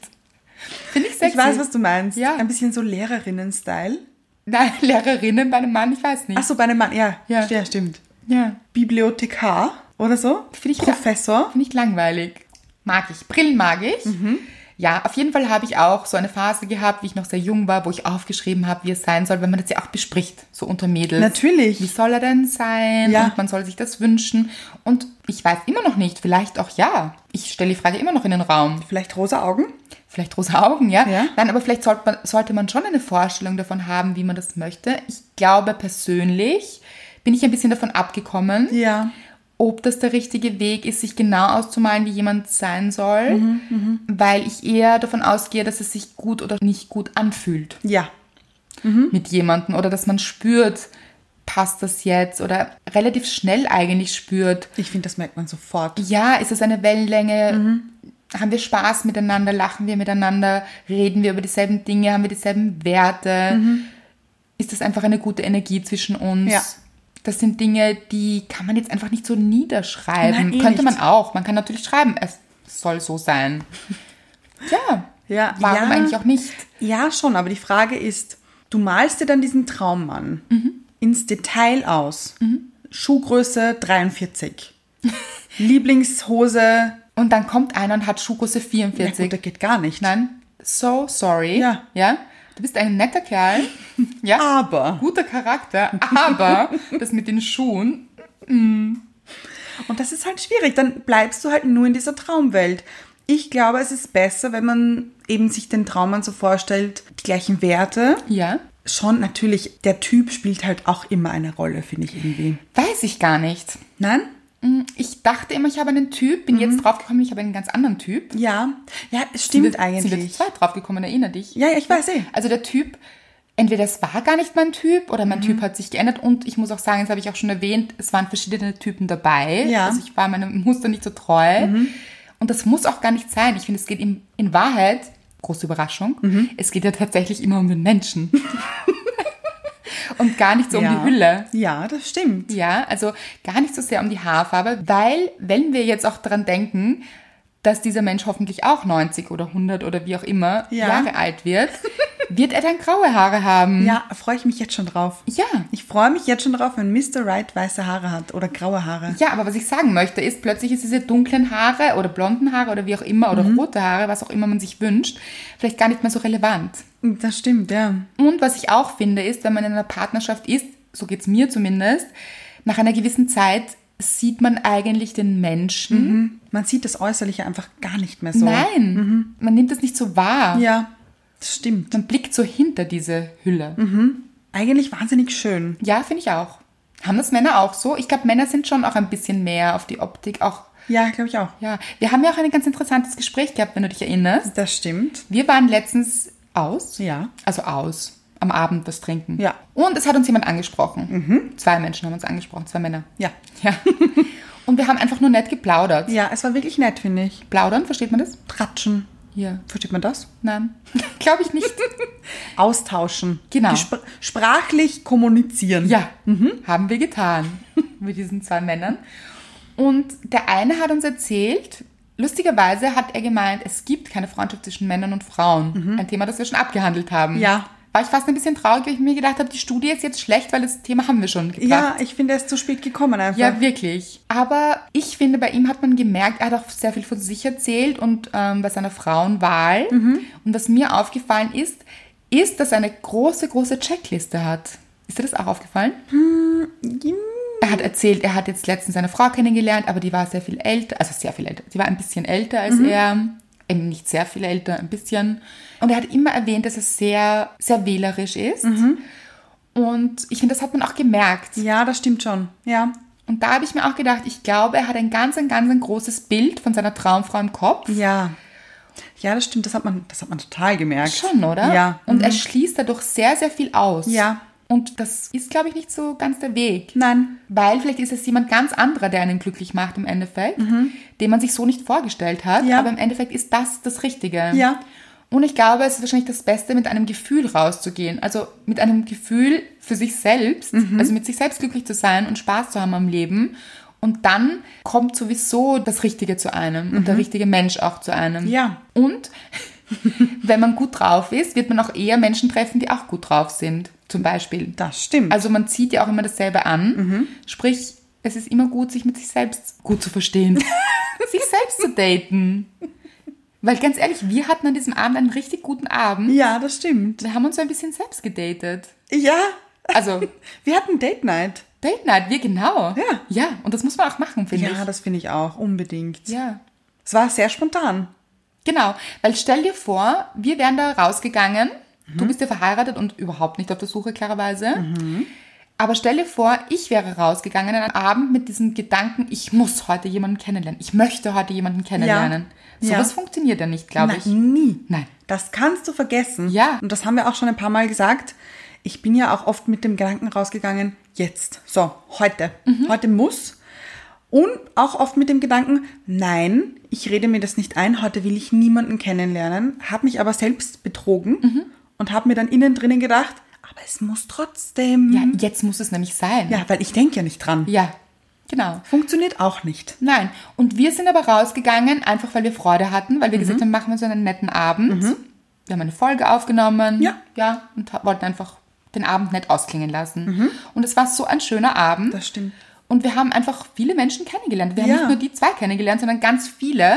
Finde ich sexy. Ich weiß, was du meinst. Ja. Ein bisschen so Lehrerinnen-Style. Nein, Lehrerinnen bei einem Mann, ich weiß nicht. Ach so, bei einem Mann. Ja, Ja. ja stimmt. Ja. Bibliothekar oder so? Finde ich- Professor. Finde ich langweilig. Mag ich. Brillen mag ich. Mhm. Ja, auf jeden Fall habe ich auch so eine Phase gehabt, wie ich noch sehr jung war, wo ich aufgeschrieben habe, wie es sein soll, wenn man das ja auch bespricht, so unter Mädels. Natürlich. Wie soll er denn sein? Ja. Und man soll sich das wünschen. Und ich weiß immer noch nicht, vielleicht auch ja. Ich stelle die Frage immer noch in den Raum. Vielleicht rosa Augen? Vielleicht rosa Augen, ja? Ja. Nein, aber vielleicht sollte man, sollte man schon eine Vorstellung davon haben, wie man das möchte. Ich glaube persönlich bin ich ein bisschen davon abgekommen Ja. ob das der richtige Weg ist, sich genau auszumalen, wie jemand sein soll, weil ich eher davon ausgehe, dass es sich gut oder nicht gut anfühlt Ja. mit jemandem oder dass man spürt, passt das jetzt oder relativ schnell eigentlich spürt, Ich finde, das merkt man sofort. ja, ist es eine Wellenlänge, Mhm. haben wir Spaß miteinander, lachen wir miteinander, reden wir über dieselben Dinge, haben wir dieselben Werte, ist das einfach eine gute Energie zwischen uns. Mhm. Ja. Das sind Dinge, die kann man jetzt einfach nicht so niederschreiben. Nein, eh Könnte nicht. man auch. Man kann natürlich schreiben, es soll so sein. Ja. Ja, Warum ja. eigentlich auch nicht? Ja, schon, aber die Frage ist, du malst dir dann diesen Traummann ins Detail aus. Schuhgröße 43. Lieblingshose. Und dann kommt einer und hat Schuhgröße Ja, gut, 44. das geht gar nicht. Nein, so sorry. Ja. Ah. Ja. Du bist ein netter Kerl. Ja. Aber. guter Charakter, aber das mit den Schuhen, Und das ist halt schwierig. Dann bleibst du halt nur in dieser Traumwelt. Ich glaube, es ist besser, wenn man eben sich den Traummann so vorstellt, die gleichen Werte. ja, Schon natürlich, der Typ spielt halt auch immer eine Rolle, finde ich irgendwie. weiß ich gar nicht. Nein? Hm, Ich dachte immer, ich habe einen Typ, bin Mhm. jetzt draufgekommen, ich habe einen ganz anderen Typ. Ja. Ja, es Sind stimmt wir zu eigentlich. zweit draufgekommen, erinnere dich. Ja, ja, ich weiß eh. Also der Typ, entweder es war gar nicht mein Typ oder Mhm. mein Typ hat sich geändert und ich muss auch sagen, das habe ich auch schon erwähnt, es waren verschiedene Typen dabei. Ja. Mhm. Also ich war meinem Muster nicht so treu. Und das muss auch gar nicht sein. Ich finde, es geht in, in Wahrheit, große Überraschung, Mhm. es geht ja tatsächlich immer um den Menschen. und gar nicht so um die Hülle. Ja, das stimmt. Ja, also gar nicht so sehr um die Haarfarbe, weil wenn wir jetzt auch daran denken, dass dieser Mensch hoffentlich auch 90 oder 100 oder wie auch immer Ja. Jahre alt wird, wird er dann graue Haare haben. Ja, freue ich mich jetzt schon drauf. Mhm. Ja. Ich freue mich jetzt schon drauf, wenn Mr. Right weiße Haare hat oder graue Haare. Ja, aber was ich sagen möchte, ist, plötzlich ist diese dunklen Haare oder blonden Haare oder wie auch immer oder Mhm. rote Haare, was auch immer man sich wünscht, vielleicht gar nicht mehr so relevant. Das stimmt, ja. Und was ich auch finde, ist, wenn man in einer Partnerschaft ist, so geht's mir zumindest, nach einer gewissen Zeit sieht man eigentlich den Menschen Man sieht das Äußerliche einfach gar nicht mehr Mhm. so. Mhm. Nein, man nimmt es nicht so wahr. Ja, das stimmt. Man blickt so hinter diese Hülle. Mhm. Eigentlich wahnsinnig schön. Ja, finde ich auch. Haben das Männer auch so? Ich glaube, Männer sind schon auch ein bisschen mehr auf die Optik. Auch Ja, glaube ich auch. ja, wir haben ja auch ein ganz interessantes Gespräch gehabt, wenn du dich erinnerst. Das stimmt. Wir waren letztens aus. Ja. Also aus. Am Abend was trinken. Ja. Mhm. Und es hat uns jemand angesprochen. Zwei Menschen haben uns angesprochen, zwei Männer. Ja. Ja. Und wir haben einfach nur nett geplaudert. Ja, es war wirklich nett, finde ich. Plaudern, versteht man das? Tratschen. Ja. Versteht man das? Nein. Glaube ich nicht. Austauschen. Genau. Gespr sprachlich kommunizieren. Ja, Mhm. haben wir getan mit diesen zwei Männern. Und der eine hat uns erzählt, lustigerweise hat er gemeint, es gibt keine Freundschaft zwischen Männern und Frauen. Ein Thema, das wir schon abgehandelt haben. Mhm. Ja. War ich fast ein bisschen traurig, weil ich mir gedacht habe, die Studie ist jetzt schlecht, weil das Thema haben wir schon gebracht. Ja, ich finde, er ist zu spät gekommen einfach. Ja, wirklich. Aber ich finde, bei ihm hat man gemerkt, er hat auch sehr viel von sich erzählt und ähm, bei seiner Frauenwahl. Mhm. Und was mir aufgefallen ist, ist, dass er eine große, große Checkliste hat. Ist dir das auch aufgefallen? Er er hat erzählt, er hat jetzt letztens seine Frau kennengelernt, aber die war sehr viel älter, also sehr viel älter. Die war ein bisschen älter Mhm. als er. Eben nicht sehr viel älter, ein bisschen. Und er hat immer erwähnt, dass er sehr, sehr wählerisch ist. Mhm. Und ich finde, das hat man auch gemerkt. Ja, das stimmt schon. Ja. Und da habe ich mir auch gedacht, ich glaube, er hat ein ganz, ein ganz ein großes Bild von seiner Traumfrau im Kopf. Ja. Ja, das stimmt. Das hat man, das hat man total gemerkt. Schon, oder? Ja. Mhm. Und er schließt dadurch sehr, sehr viel aus. Ja. Und das ist, glaube ich, nicht so ganz der Weg. Mhm. Nein. Weil vielleicht ist es jemand ganz anderer, der einen glücklich macht im Endeffekt, den man sich so nicht vorgestellt hat. Mhm. Ja. Aber im Endeffekt ist das das Richtige. Ja. Und ich glaube, es ist wahrscheinlich das Beste, mit einem Gefühl rauszugehen. Also mit einem Gefühl für sich selbst, Mhm. also mit sich selbst glücklich zu sein und Spaß zu haben am Leben. Und dann kommt sowieso das Richtige zu einem und der richtige Mensch auch zu einem. Mhm. Ja. Und wenn man gut drauf ist, wird man auch eher Menschen treffen, die auch gut drauf sind. Zum Beispiel. Das stimmt. Also man zieht ja auch immer dasselbe an. Mhm. Sprich, es ist immer gut, sich mit sich selbst gut zu verstehen. sich selbst zu daten. Weil ganz ehrlich, wir hatten an diesem Abend einen richtig guten Abend. ja, das stimmt. Wir haben uns so ein bisschen selbst gedatet. Ja. Also Wir hatten Date Night. Date Night, wir genau. Ja. Ja, und das muss man auch machen, finde Ja, ich. das finde ich auch unbedingt. Ja. Es war sehr spontan. Genau, weil stell dir vor, wir wären da rausgegangen, du Mhm. bist ja verheiratet und überhaupt nicht auf der Suche, klarerweise. Aber stell dir vor, ich wäre rausgegangen an einem Abend mit diesem Gedanken, ich muss heute jemanden kennenlernen, ich möchte heute jemanden kennenlernen. Ja. Sowas funktioniert ja nicht, glaube Nein, ich. nie. Nein. Das kannst du vergessen. Ja. Und das haben wir auch schon ein paar Mal gesagt. Ich bin ja auch oft mit dem Gedanken rausgegangen, jetzt, so, heute, Mhm. heute muss. Und auch oft mit dem Gedanken, nein, ich rede mir das nicht ein, heute will ich niemanden kennenlernen, habe mich aber selbst betrogen Mhm. und habe mir dann innen drinnen gedacht, aber es muss trotzdem. Ja, jetzt muss es nämlich sein. ja weil ich denke ja nicht dran. ja genau. Funktioniert auch nicht. Nein. Und wir sind aber rausgegangen, einfach weil wir Freude hatten, Mhm. weil wir gesagt haben, machen wir so einen netten Abend. Wir haben eine Folge aufgenommen. Ja. Ja. Und ha- wollten einfach den Abend nett ausklingen lassen. Und es war so ein schöner Abend. Mhm. Das stimmt. Und wir haben einfach viele Menschen kennengelernt. Wir Ja. Mhm. haben nicht nur die zwei kennengelernt, sondern ganz viele.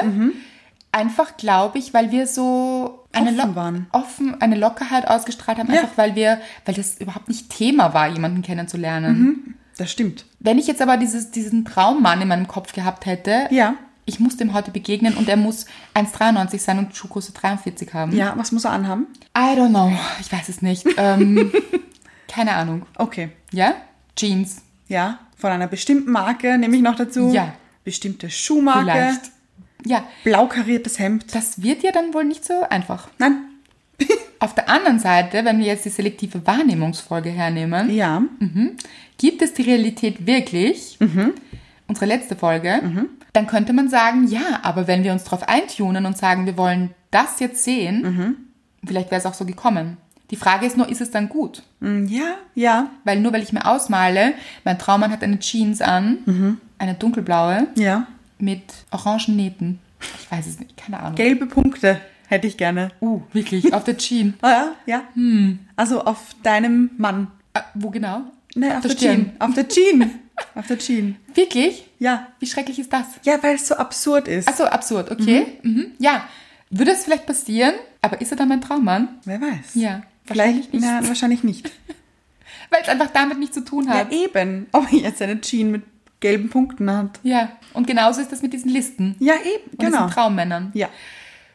Einfach, glaube ich, weil wir so eine, Offen Lo- waren. offen eine Lockerheit ausgestrahlt haben. Ja. Einfach, weil wir, weil das überhaupt nicht Thema war, jemanden kennenzulernen. Mhm. Das stimmt. Wenn ich jetzt aber dieses, diesen Traummann in meinem Kopf gehabt hätte, Ja. ich muss dem heute begegnen und er muss 1,93 sein und Schuhgröße 43 haben. Ja, was muss er anhaben? I don't know. Ich weiß es nicht. Ähm, keine Ahnung. Okay. Ja? Jeans. Ja, von einer bestimmten Marke, nehme ich noch dazu. Ja. Bestimmte Schuhmarke. Vielleicht. Ja, Blau kariertes Hemd. das wird ja dann wohl nicht so einfach. Nein. Auf der anderen Seite, wenn wir jetzt die selektive Wahrnehmungsfolge hernehmen, Ja. gibt es die Realität wirklich? Unsere letzte Folge. Dann könnte man sagen, ja, aber wenn wir uns darauf eintunen und sagen, wir wollen das jetzt sehen, vielleicht wäre es auch so gekommen. Die Frage ist nur, ist es dann gut? Mm, Ja, ja, Weil nur weil ich mir ausmale, mein Traummann hat eine Jeans an, eine dunkelblaue ja. mit orangen Nähten. Ich weiß es nicht, keine Ahnung. Gelbe Punkte hätte ich gerne. Uh, Hm. wirklich, auf der Jeans. Ah, ja, ja. Also auf deinem Mann. Äh, wo genau? Nein, auf, der Jean. Auf der Jean. auf der Jean. Wirklich? Ja. Wie schrecklich ist das? Ja, weil es so absurd ist. Ach so, absurd, okay. Mhm. Ja, würde es vielleicht passieren, aber ist er dann mein Traummann? Wer weiß. Ja, wahrscheinlich Vielleicht, nicht. Nein, wahrscheinlich nicht. Weil es einfach damit nichts zu tun ja, hat. Ja, eben. Ob er jetzt eine Jean mit gelben Punkten hat. und genauso ist das mit diesen Listen Ja, eben. und Genau. diesen Traummännern. Ja.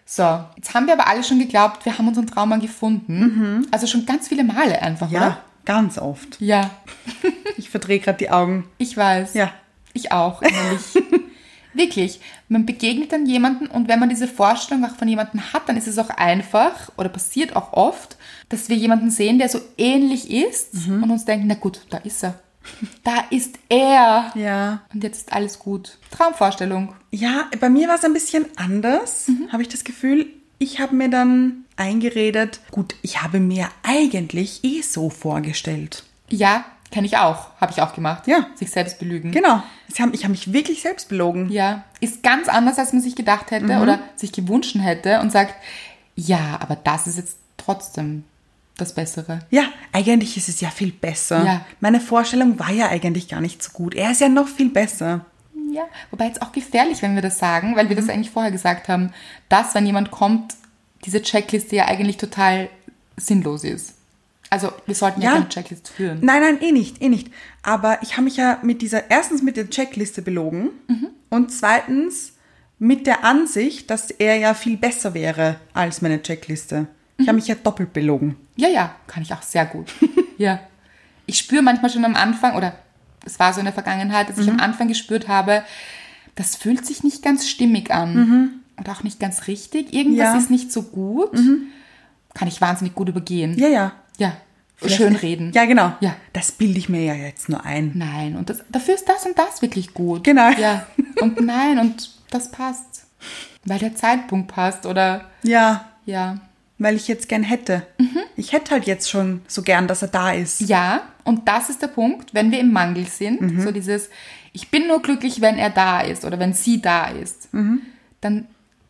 So, jetzt haben wir aber alle schon geglaubt, wir haben unseren Traummann gefunden. Also schon ganz viele Male einfach, Mhm. Ja, oder? ganz oft. Ja, Ich verdrehe gerade die Augen. ich weiß. Ja. Ich auch, innerlich. Wirklich, man begegnet dann jemanden und wenn man diese Vorstellung auch von jemandem hat, dann ist es auch einfach oder passiert auch oft, dass wir jemanden sehen, der so ähnlich ist Mhm. und uns denken, na gut, da ist er. Da ist er. Ja. Und jetzt ist alles gut. Traumvorstellung. Ja, bei mir war es ein bisschen anders, Mhm. habe ich das Gefühl. Ich habe mir dann eingeredet, gut, ich habe mir eigentlich eh so vorgestellt. Ja, kenne ich auch. Habe ich auch gemacht. Ja. Sich selbst belügen. Genau. Ich habe ich hab mich wirklich selbst belogen. Mhm. Ja, ist ganz anders, als man sich gedacht hätte oder sich gewünscht hätte und sagt, ja, aber das ist jetzt trotzdem das Bessere. Ja, eigentlich ist es ja viel besser. Ja. Meine Vorstellung war ja eigentlich gar nicht so gut. Er ist ja noch viel besser. Ja, Mhm. wobei jetzt auch gefährlich, wenn wir das sagen, weil wir das eigentlich vorher gesagt haben, dass, wenn jemand kommt, diese Checkliste ja eigentlich total sinnlos ist. Also wir sollten ja, Ja. keine Checklist führen. Nein, nein, eh nicht, eh nicht. Aber ich habe mich ja mit dieser, erstens mit der Checkliste belogen Mhm. und zweitens mit der Ansicht, dass er ja viel besser wäre als meine Checkliste. Ich Mhm. habe mich ja doppelt belogen. Ja, ja, kann ich auch sehr gut. ja. Ich spüre manchmal schon am Anfang, oder es war so in der Vergangenheit, dass ich Mhm. am Anfang gespürt habe, das fühlt sich nicht ganz stimmig an. Und auch nicht ganz richtig. Irgendwas Mhm. Ja. Mhm. ist nicht so gut. Kann ich wahnsinnig gut übergehen. Ja, ja. Ja. Vielleicht- Schön reden. Ja, genau. Ja. Das bilde ich mir ja jetzt nur ein. Nein, und das, dafür ist das und das wirklich gut. Genau. Ja. Und nein, und das passt. Weil der Zeitpunkt passt, oder? Ja, Ja. weil ich jetzt gern hätte. Mhm. Ich hätte halt jetzt schon so gern, dass er da ist. Ja, und das ist der Punkt, wenn wir im Mangel sind, so dieses, ich bin nur glücklich, wenn er da ist oder wenn sie da ist, dann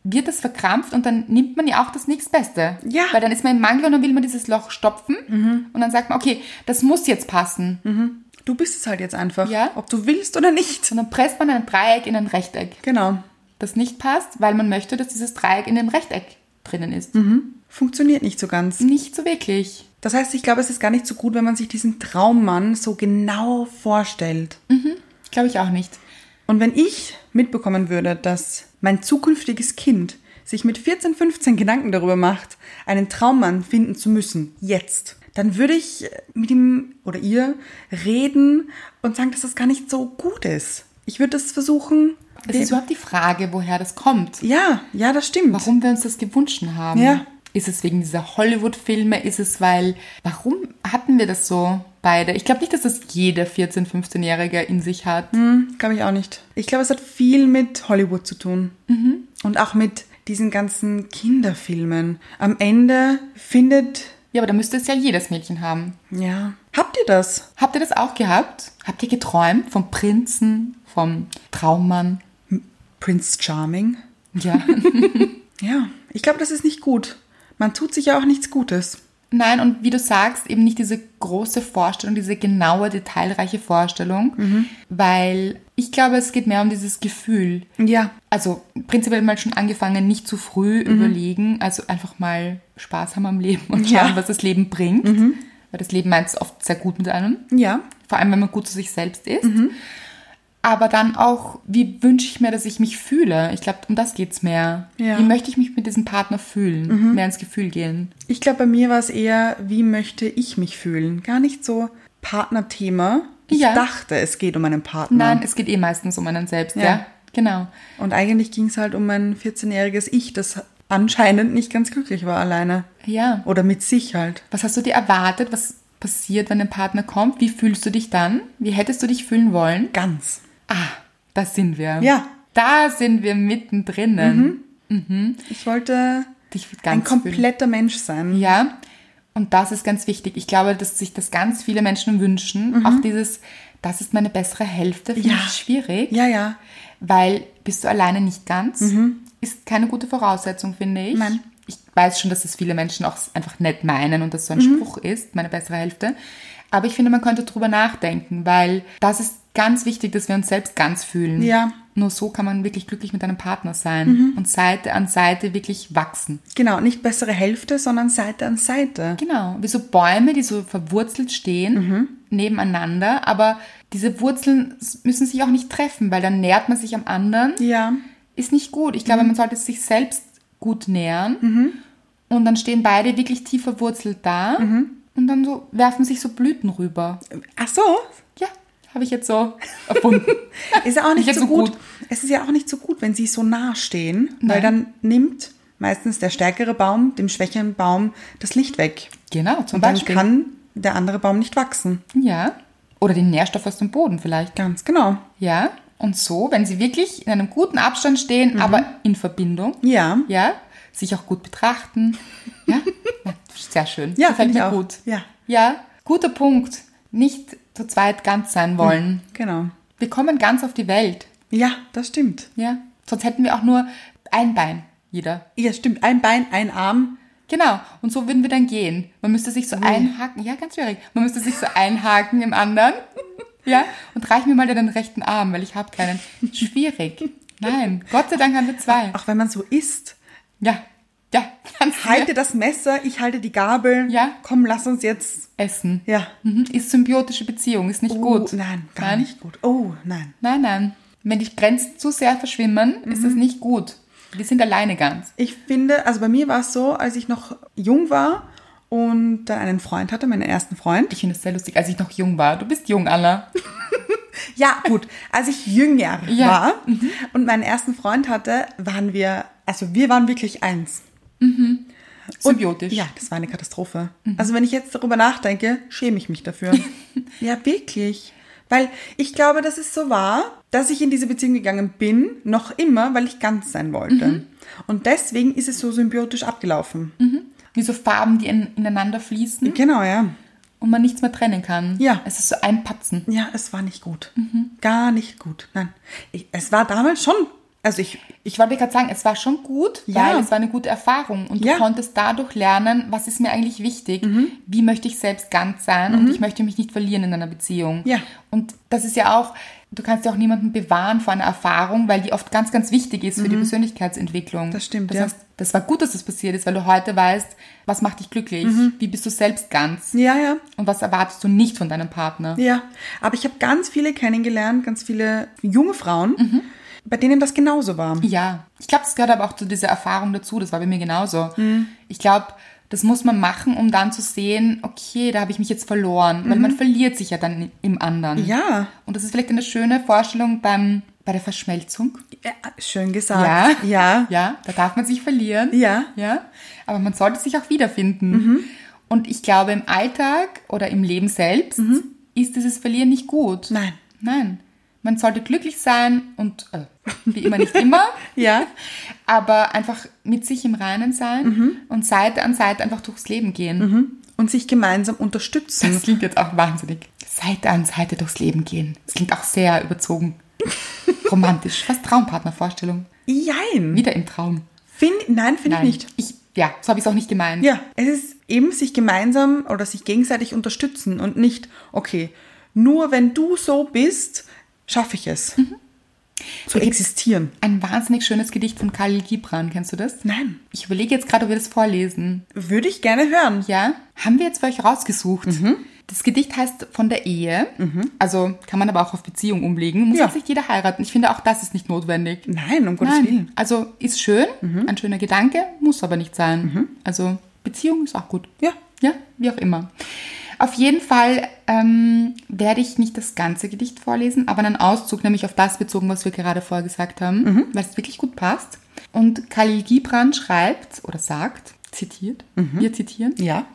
wird das verkrampft und dann nimmt man ja auch das nächstbeste. Ja. Weil dann ist man im Mangel und dann will man dieses Loch stopfen und dann sagt man, okay, das muss jetzt passen. Du bist es halt jetzt einfach. Ja. Ob du willst oder nicht. Und dann presst man ein Dreieck in ein Rechteck, Genau. das nicht passt, weil man möchte, dass dieses Dreieck in dem Rechteck drinnen ist. Funktioniert nicht so ganz. Nicht so wirklich. Das heißt, ich glaube, es ist gar nicht so gut, wenn man sich diesen Traummann so genau vorstellt. Glaube ich auch nicht. Und wenn ich mitbekommen würde, dass mein zukünftiges Kind sich mit 14, 15 Gedanken darüber macht, einen Traummann finden zu müssen, jetzt, dann würde ich mit ihm oder ihr reden und sagen, dass das gar nicht so gut ist. Ich würde das versuchen. Es dem- ist überhaupt die Frage, woher das kommt. ja, ja, das stimmt. warum wir uns das gewünscht haben. Ja. Ist es wegen dieser Hollywood-Filme? Ist es, weil, warum hatten wir das so beide? Ich glaube nicht, dass das jeder 14-, 15-Jährige in sich hat. Glaube Hm, ich auch nicht. Ich glaube, es hat viel mit Hollywood zu tun. Mhm. Und auch mit diesen ganzen Kinderfilmen. Am Ende findet, Ja, aber da müsste es ja jedes Mädchen haben. ja. Habt ihr das? Habt ihr das auch gehabt? Habt ihr geträumt vom Prinzen, vom Traummann? Prince Charming? Ja. Ja, ich glaube, das ist nicht gut. Man tut sich ja auch nichts Gutes. Nein, und wie du sagst, eben nicht diese große Vorstellung, diese genaue, detailreiche Vorstellung, weil ich glaube, es geht mehr um dieses Gefühl. Ja. also prinzipiell mal schon angefangen, nicht zu früh Mhm. überlegen, also einfach mal Spaß haben am Leben und Ja. Mhm. schauen, was das Leben bringt. Weil das Leben meint es oft sehr gut mit einem, Ja. vor allem wenn man gut zu sich selbst ist. Mhm. Aber dann auch, wie wünsche ich mir, dass ich mich fühle? Ich glaube, um das geht es mehr. Ja. Mhm. Wie möchte ich mich mit diesem Partner fühlen? Mehr ins Gefühl gehen. Ich glaube, bei mir war es eher, wie möchte ich mich fühlen? Gar nicht so Partnerthema. Ich Ja. dachte, es geht um einen Partner. Nein, es geht eh meistens um einen selbst, ja. Ja. Genau. Und eigentlich ging es halt um mein 14-jähriges Ich, das anscheinend nicht ganz glücklich war alleine. Ja. Oder mit sich halt. Was hast du dir erwartet? Was passiert, wenn ein Partner kommt? Wie fühlst du dich dann? Wie hättest du dich fühlen wollen? Ganz. Ah, da sind wir. Ja. Da sind wir mittendrin. Ich wollte Dich ganz ein fühlen. kompletter Mensch sein. Ja. Und das ist ganz wichtig. Ich glaube, dass sich das ganz viele Menschen wünschen. Auch dieses, das ist meine bessere Hälfte, finde Mhm. Ja. ich schwierig. Ja, ja. Weil bist du alleine nicht ganz, ist keine gute Voraussetzung, finde ich. Mhm. Nein. Ich weiß schon, dass es viele Menschen auch einfach nett meinen und das so ein Mhm. Spruch ist, meine bessere Hälfte. Aber ich finde, man könnte drüber nachdenken, weil das ist ganz wichtig, dass wir uns selbst ganz fühlen. Ja. Mhm. Nur so kann man wirklich glücklich mit einem Partner sein und Seite an Seite wirklich wachsen. Genau, nicht bessere Hälfte, sondern Seite an Seite. Genau, wie so Bäume, die so verwurzelt stehen, Mhm. nebeneinander, aber diese Wurzeln müssen sich auch nicht treffen, weil dann nährt man sich am anderen Ja. ist nicht gut. Ich Mhm. glaube, man sollte sich selbst gut nähern und dann stehen beide wirklich tief verwurzelt da Mhm. und dann so werfen sich so Blüten rüber. Ach so, Ja, habe ich jetzt so erfunden. ist ja auch nicht Nicht so so gut. gut. Es ist ja auch nicht so gut, wenn sie so nah stehen, weil Nein. dann nimmt meistens der stärkere Baum dem schwächeren Baum das Licht weg. genau, zum Und dann Beispiel. kann der andere Baum nicht wachsen. ja. Oder den Nährstoff aus dem Boden vielleicht. Ganz genau. Ja. Und so, wenn sie wirklich in einem guten Abstand stehen, Mhm. aber in Verbindung. Ja. Ja. Sich auch gut betrachten. Ja. ja sehr schön. Ja, Gefällt finde ich mir auch. gut. Ja. Ja. Guter Punkt. Nicht zu zweit ganz sein wollen. Genau. Wir kommen ganz auf die Welt, Ja, das stimmt. ja. Sonst hätten wir auch nur ein Bein, jeder. Ja, stimmt. Ein Bein, ein Arm. Genau. Und so würden wir dann gehen. Man müsste sich so einhaken. Ja, ganz schwierig. Man müsste sich so einhaken im anderen. Ja. Und reich mir mal deinen rechten Arm, weil ich habe keinen. Schwierig. Nein. Gott sei Dank haben wir zwei. Auch wenn man so ist, Ja. Ja, kannst du Halte das Messer, ich halte die Gabel. Ja. Komm, lass uns jetzt. essen. Ja. Mhm. Ist symbiotische Beziehung, ist nicht gut. Oh, nein, gar Nein? nicht gut. Oh, nein. Nein, nein. Wenn die Grenzen zu sehr verschwimmen, Mhm. ist das nicht gut. Wir sind alleine ganz. Ich finde, also bei mir war es so, als ich noch jung war und dann einen Freund hatte, meinen ersten Freund. Ich finde das sehr lustig, als ich noch jung war. Du bist jung, Anna. Ja, gut. Als ich jünger Ja. Mhm. war und meinen ersten Freund hatte, waren wir, also wir waren wirklich eins. Symbiotisch. Mhm. Ja, das war eine Katastrophe. Also wenn ich jetzt darüber nachdenke, schäme ich mich dafür. ja, wirklich. Weil ich glaube, dass es so war, dass ich in diese Beziehung gegangen bin, noch immer, weil ich ganz sein wollte. Mhm. Und deswegen ist es so symbiotisch abgelaufen. Wie so Farben, die in, ineinander fließen Genau, ja. und man nichts mehr trennen kann. Ja. Es ist so ein Patzen. Ja, es war nicht gut. Gar nicht gut. Nein. Ich, es war damals schon, also ich, Ich wollte gerade sagen, es war schon gut, Ja. weil es war eine gute Erfahrung und du Ja. Mhm. konntest dadurch lernen, was ist mir eigentlich wichtig, wie möchte ich selbst ganz sein und ich möchte mich nicht verlieren in einer Beziehung. Ja. Und das ist ja auch, du kannst ja auch niemanden bewahren vor einer Erfahrung, weil die oft ganz, ganz wichtig ist für die Persönlichkeitsentwicklung. Mhm. Das stimmt, Das ja. heißt, das war gut, dass das passiert ist, weil du heute weißt, was macht dich glücklich, Mhm. wie bist du selbst ganz ja, ja. und was erwartest du nicht von deinem Partner. Ja, aber ich habe ganz viele kennengelernt, ganz viele junge Frauen, bei denen das genauso war. Ja, ich glaube, das gehört aber auch zu dieser Erfahrung dazu. Das war bei mir genauso. Ich glaube, das muss man machen, um dann zu sehen, okay, da habe ich mich jetzt verloren, weil man verliert sich ja dann im anderen. Mhm. Ja, Und das ist vielleicht eine schöne Vorstellung beim, bei der Verschmelzung. äh, schön gesagt. ja. ja. Ja, da darf man sich verlieren. Ja. Mhm. Ja, aber man sollte sich auch wiederfinden. Und ich glaube, im Alltag oder im Leben selbst ist dieses Verlieren nicht gut. Mhm. Nein. Nein. Man sollte glücklich sein und, äh, wie immer, nicht immer. Ja. aber einfach mit sich im Reinen sein Mhm. und Seite an Seite einfach durchs Leben gehen. Und sich gemeinsam unterstützen. Das klingt jetzt auch wahnsinnig. Seite an Seite durchs Leben gehen. Das klingt auch sehr überzogen. Romantisch. Fast Traumpartnervorstellung. Jein. Wieder im Traum. Find, nein, finde ich Nein. nicht. Ich, ja, so habe ich es auch nicht gemeint. Ja, es ist eben sich gemeinsam oder sich gegenseitig unterstützen und nicht, okay, nur wenn du so bist, schaffe ich es. Mhm. Zu existieren. Ein wahnsinnig schönes Gedicht von Khalil Gibran. Kennst du das? Nein. Ich überlege jetzt gerade, ob wir das vorlesen. Würde ich gerne hören. Ja, haben wir jetzt für euch rausgesucht. Mhm. Das Gedicht heißt Von der Ehe. Also kann man aber auch auf Beziehung umlegen. Muss Ja. jetzt nicht jeder heiraten. Ich finde, auch das ist nicht notwendig. Nein, um Gottes Willen. Also ist schön, ein schöner Gedanke, muss aber nicht sein. Also Beziehung ist auch gut. Ja. Ja, wie auch immer. Auf jeden Fall ähm, werde ich nicht das ganze Gedicht vorlesen, aber einen Auszug, nämlich auf das bezogen, was wir gerade vorgesagt haben, weil es wirklich gut passt. Und Khalil Gibran schreibt oder sagt, zitiert, wir zitieren, Ja.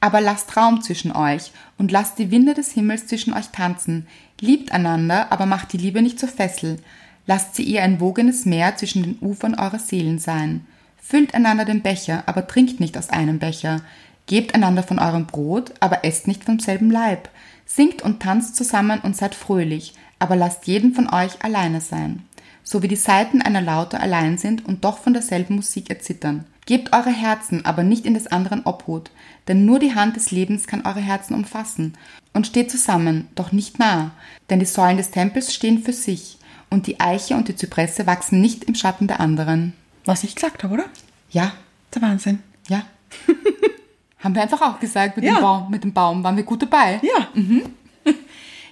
aber lasst Raum zwischen euch und lasst die Winde des Himmels zwischen euch tanzen. Liebt einander, aber macht die Liebe nicht zur Fessel. Lasst sie ihr ein wogenes Meer zwischen den Ufern eurer Seelen sein. Füllt einander den Becher, aber trinkt nicht aus einem Becher. Gebt einander von eurem Brot, aber esst nicht vom selben Leib. Singt und tanzt zusammen und seid fröhlich, aber lasst jeden von euch alleine sein so wie die Saiten einer Laute allein sind und doch von derselben Musik erzittern. Gebt eure Herzen, aber nicht in des anderen Obhut, denn nur die Hand des Lebens kann eure Herzen umfassen. Und steht zusammen, doch nicht nah, denn die Säulen des Tempels stehen für sich, und die Eiche und die Zypresse wachsen nicht im Schatten der anderen. Was ich gesagt habe, oder? Ja, Der Wahnsinn. ja. Haben wir einfach auch gesagt, mit, Ja. dem, Baum, mit dem Baum waren wir gut dabei. Ja.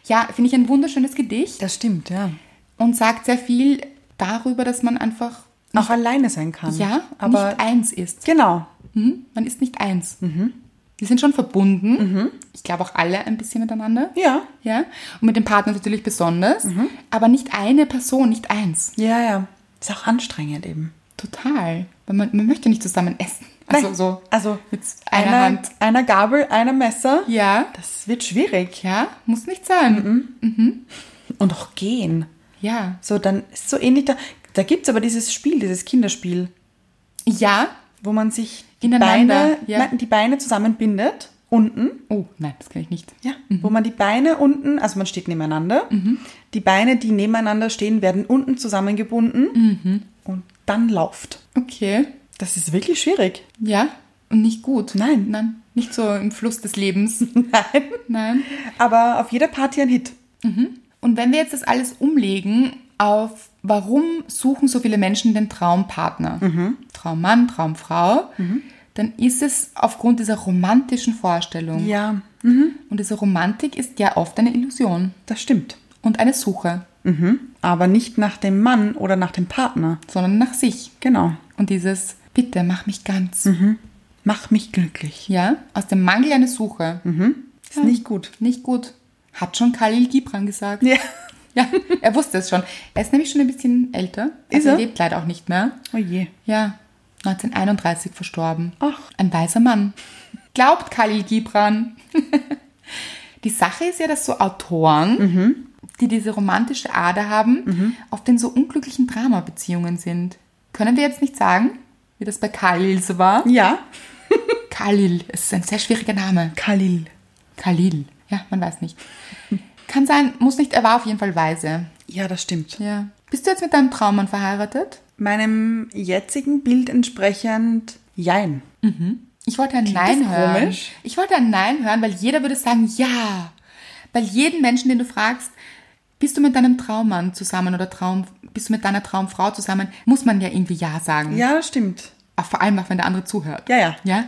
Ja, finde ich ein wunderschönes Gedicht Das stimmt, ja. und sagt sehr viel darüber, dass man einfach, Auch alleine sein kann. ja, aber nicht eins ist. genau. Mhm, Man ist nicht eins. Mhm. Wir sind schon verbunden. Ich glaube auch alle ein bisschen miteinander. Ja. Mhm. Ja. Und mit dem Partner natürlich besonders. Aber nicht eine Person, nicht eins. Ja, ja. Ist auch anstrengend eben. Total. Weil man, man möchte nicht zusammen essen. Also Nein. so. also mit einer Hand. einer Gabel, einem Messer. Ja. Das wird schwierig. Ja, muss nicht sein. Mhm. Und auch gehen. Ja. So, dann ist so ähnlich da. Da gibt es aber dieses Spiel, dieses Kinderspiel, Ja. wo man sich die Ineinander, Beine, ja. nein, die Beine zusammenbindet, unten. Oh, nein, das kann ich nicht. Ja. mhm. Wo man die Beine unten, also man steht nebeneinander. Die Beine, die nebeneinander stehen, werden unten zusammengebunden und dann läuft. Okay. Das ist wirklich schwierig. Ja. Und nicht gut. Nein. Nein. Nicht so im Fluss des Lebens. Nein. Nein. Aber auf jeder Party ein Hit. Und wenn wir jetzt das alles umlegen auf, warum suchen so viele Menschen den Traumpartner, Mhm. Traummann, Traumfrau, dann ist es aufgrund dieser romantischen Vorstellung. Ja, Und diese Romantik ist ja oft eine Illusion das stimmt. und eine Suche, Mhm. Aber nicht nach dem Mann oder nach dem Partner. sondern nach sich. Genau. Und dieses Bitte, mach mich ganz. Mhm. Mach mich glücklich. Ja, aus dem Mangel eine Suche. Mhm. Ist nicht gut. Nicht gut. Hat schon Khalil Gibran gesagt. Ja. Ja, er wusste es schon. Er ist nämlich schon ein bisschen älter. Ist also er? er lebt leider auch nicht mehr. Oh je. Ja, 1931 verstorben. Ach. Ein weiser Mann. Glaubt Khalil Gibran. Die Sache ist ja, dass so Autoren, Mhm. die diese romantische Ader haben, oft in so unglücklichen Drama-Beziehungen sind. Können wir jetzt nicht sagen, wie das bei Khalil so war? Ja. Khalil, es ist ein sehr schwieriger Name. Khalil. Khalil. Ja, man weiß nicht. Kann sein, muss nicht, er war auf jeden Fall weise. Ja, das stimmt. Ja. Bist du jetzt mit deinem Traummann verheiratet? Meinem jetzigen Bild entsprechend jein. Ich wollte ein das Nein hören. komisch? Ich wollte ein Nein hören, weil jeder würde sagen, ja. Bei jedem Menschen, den du fragst, bist du mit deinem Traummann zusammen oder Traum, bist du mit deiner Traumfrau zusammen, muss man ja irgendwie Ja sagen. Ja, das stimmt. Auch Vor allem auch, wenn der andere zuhört. Ja, ja. ja?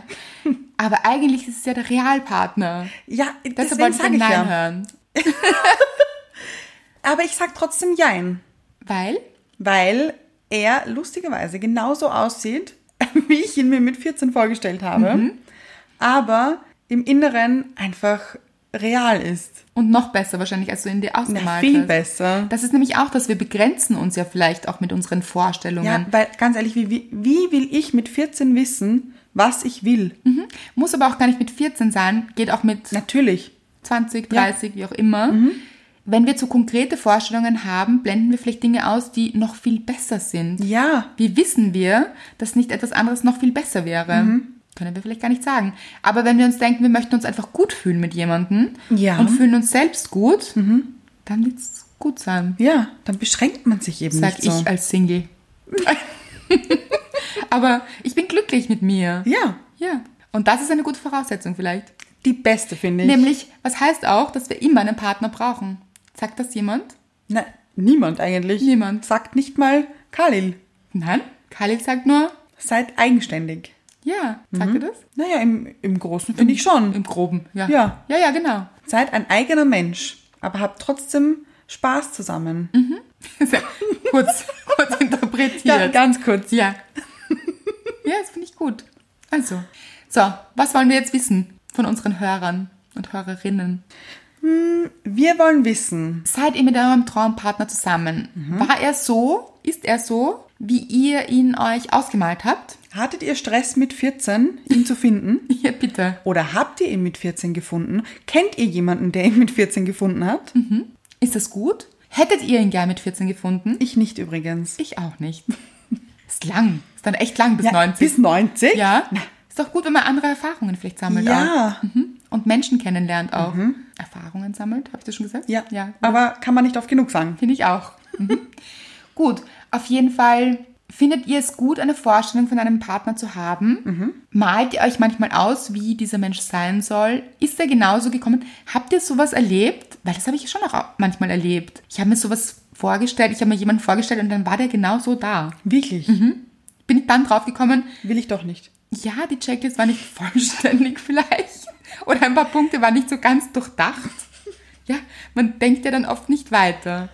Aber eigentlich ist es ja der Realpartner. Ja, Deshalb deswegen wollte ich ein sage ich Nein ja. hören. Aber ich sag trotzdem jein. Weil? weil er lustigerweise genauso aussieht, wie ich ihn mir mit 14 vorgestellt habe, Mhm. aber im Inneren einfach real ist. Und noch besser wahrscheinlich, als du in dir Na, ausgemalt viel hast. besser. Das ist nämlich auch, dass wir begrenzen uns ja vielleicht auch mit unseren Ja, Vorstellungen. weil ganz ehrlich, wie, wie, wie will ich mit 14 wissen, was ich will? Mhm. Muss aber auch gar nicht mit 14 sein, geht auch mit Natürlich. 20, 30, wie auch immer. Wenn wir zu konkrete Vorstellungen haben, blenden wir vielleicht Dinge aus, die noch viel besser sind. Ja, Wie wissen wir, dass nicht etwas anderes noch viel besser wäre? Können wir vielleicht gar nicht sagen. Aber wenn wir uns denken, wir möchten uns einfach gut fühlen mit jemandem Ja. und fühlen uns selbst gut, dann wird es gut sein. ja, dann beschränkt man sich eben Sag nicht so. ich als Single. Aber ich bin glücklich mit mir. ja, Ja. Und das ist eine gute Voraussetzung vielleicht. die beste finde ich. Nämlich, was heißt auch, dass wir immer einen Partner brauchen. Sagt das jemand? Na, niemand eigentlich. Niemand. Sagt nicht mal Khalil. Nein. Khalil sagt nur, Seid eigenständig. ja. Sagt er das? Naja, im, im Großen finde Mhm. ich schon. Im Groben, ja. Ja. Ja, ja, genau. Seid ein eigener Mensch, aber habt trotzdem Spaß zusammen. Mhm. Sehr kurz, kurz interpretiert. ganz kurz. Ja. Ja, das finde ich gut. Also. So, was wollen wir jetzt wissen von unseren Hörern und Hörerinnen? Wir wollen wissen, Seid ihr mit eurem Traumpartner zusammen? Mhm. War er so? Ist er so, wie ihr ihn euch ausgemalt habt? hattet ihr Stress mit 14, ihn zu finden? Ja, bitte. Oder habt ihr ihn mit 14 gefunden? Kennt ihr jemanden, der ihn mit 14 gefunden hat? Mhm. Ist das gut? Hättet ihr ihn gern mit 14 gefunden? Ich nicht übrigens. Ich auch nicht. Ist lang. Ist dann echt lang bis 90. Bis 90? ja. Ist doch gut, wenn man andere Erfahrungen vielleicht sammelt. Ja. Mhm. Auch. Mhm. Und Menschen kennenlernt auch. Erfahrungen sammelt, habe ich das schon gesagt? Ja. Ja. Aber kann man nicht oft genug sagen. Finde ich auch. Mhm. gut, auf jeden Fall findet ihr es gut, eine Vorstellung von einem Partner zu haben. Malt ihr euch manchmal aus, wie dieser Mensch sein soll? Ist er genauso gekommen? Habt ihr sowas erlebt? Weil das habe ich schon auch manchmal erlebt. Ich habe mir sowas vorgestellt, ich habe mir jemanden vorgestellt und dann war der genau so da. Wirklich? Mhm. Bin ich dann draufgekommen, Will ich doch nicht. ja, die Checklist war nicht vollständig vielleicht. Oder ein paar Punkte waren nicht so ganz durchdacht. Ja, man denkt ja dann oft nicht weiter.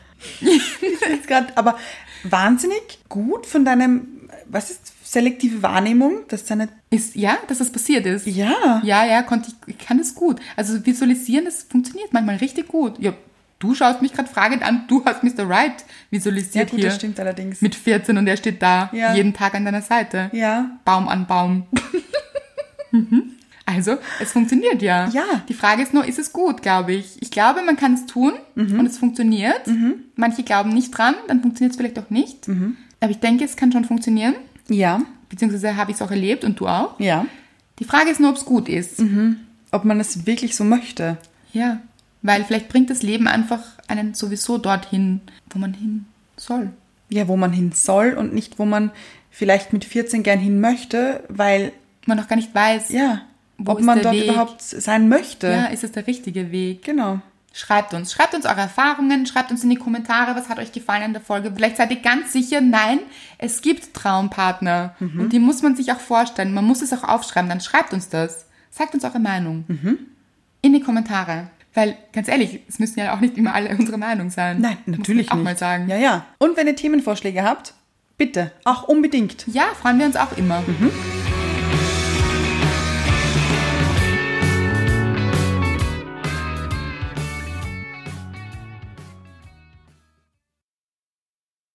Jetzt grad, aber wahnsinnig gut von deinem, was ist selektive Wahrnehmung, dass deine, Ist, ja, dass das passiert ist. ja, Ja, ja, konnte ich, ich kann das gut. Also visualisieren, das funktioniert manchmal richtig gut. Ja, du schaust mich gerade fragend an, du hast Mr. Right ja visualisiert gut, hier. das stimmt allerdings. Mit 14 und er steht da, Ja. jeden Tag an deiner Seite. ja, Baum an Baum. Mhm. also, es funktioniert ja. Ja. Die Frage ist nur, ist es gut, glaube ich. Ich glaube, man kann es tun Mhm. und es funktioniert. Manche glauben nicht dran, dann funktioniert es vielleicht auch nicht. Mhm. Aber ich denke, es kann schon funktionieren. Ja, Beziehungsweise habe ich es auch erlebt und du auch. ja. Die Frage ist nur, ob es gut ist. Mhm. Ob man es wirklich so möchte. Ja, weil vielleicht bringt das Leben einfach einen sowieso dorthin, wo man hin soll. Ja, wo man hin soll und nicht, wo man vielleicht mit 14 gern hin möchte, weil, Man noch gar nicht weiß, ja, Wo ob ist man der dort Weg? überhaupt sein möchte. ja, ist es der richtige Weg? Genau. Schreibt uns. Schreibt uns eure Erfahrungen, schreibt uns in die Kommentare, was hat euch gefallen an der Folge. Vielleicht seid ihr ganz sicher, nein, es gibt Traumpartner. Mhm. Und die muss man sich auch vorstellen. Man muss es auch aufschreiben. Dann schreibt uns das. Sagt uns eure Meinung. Mhm. In die Kommentare. Weil, ganz ehrlich, es müssen ja auch nicht immer alle unsere Meinung sein. Nein, Muss natürlich ich auch nicht. mal sagen. Ja, ja. Und wenn ihr Themenvorschläge habt, bitte, auch unbedingt. Ja, freuen wir uns auch immer.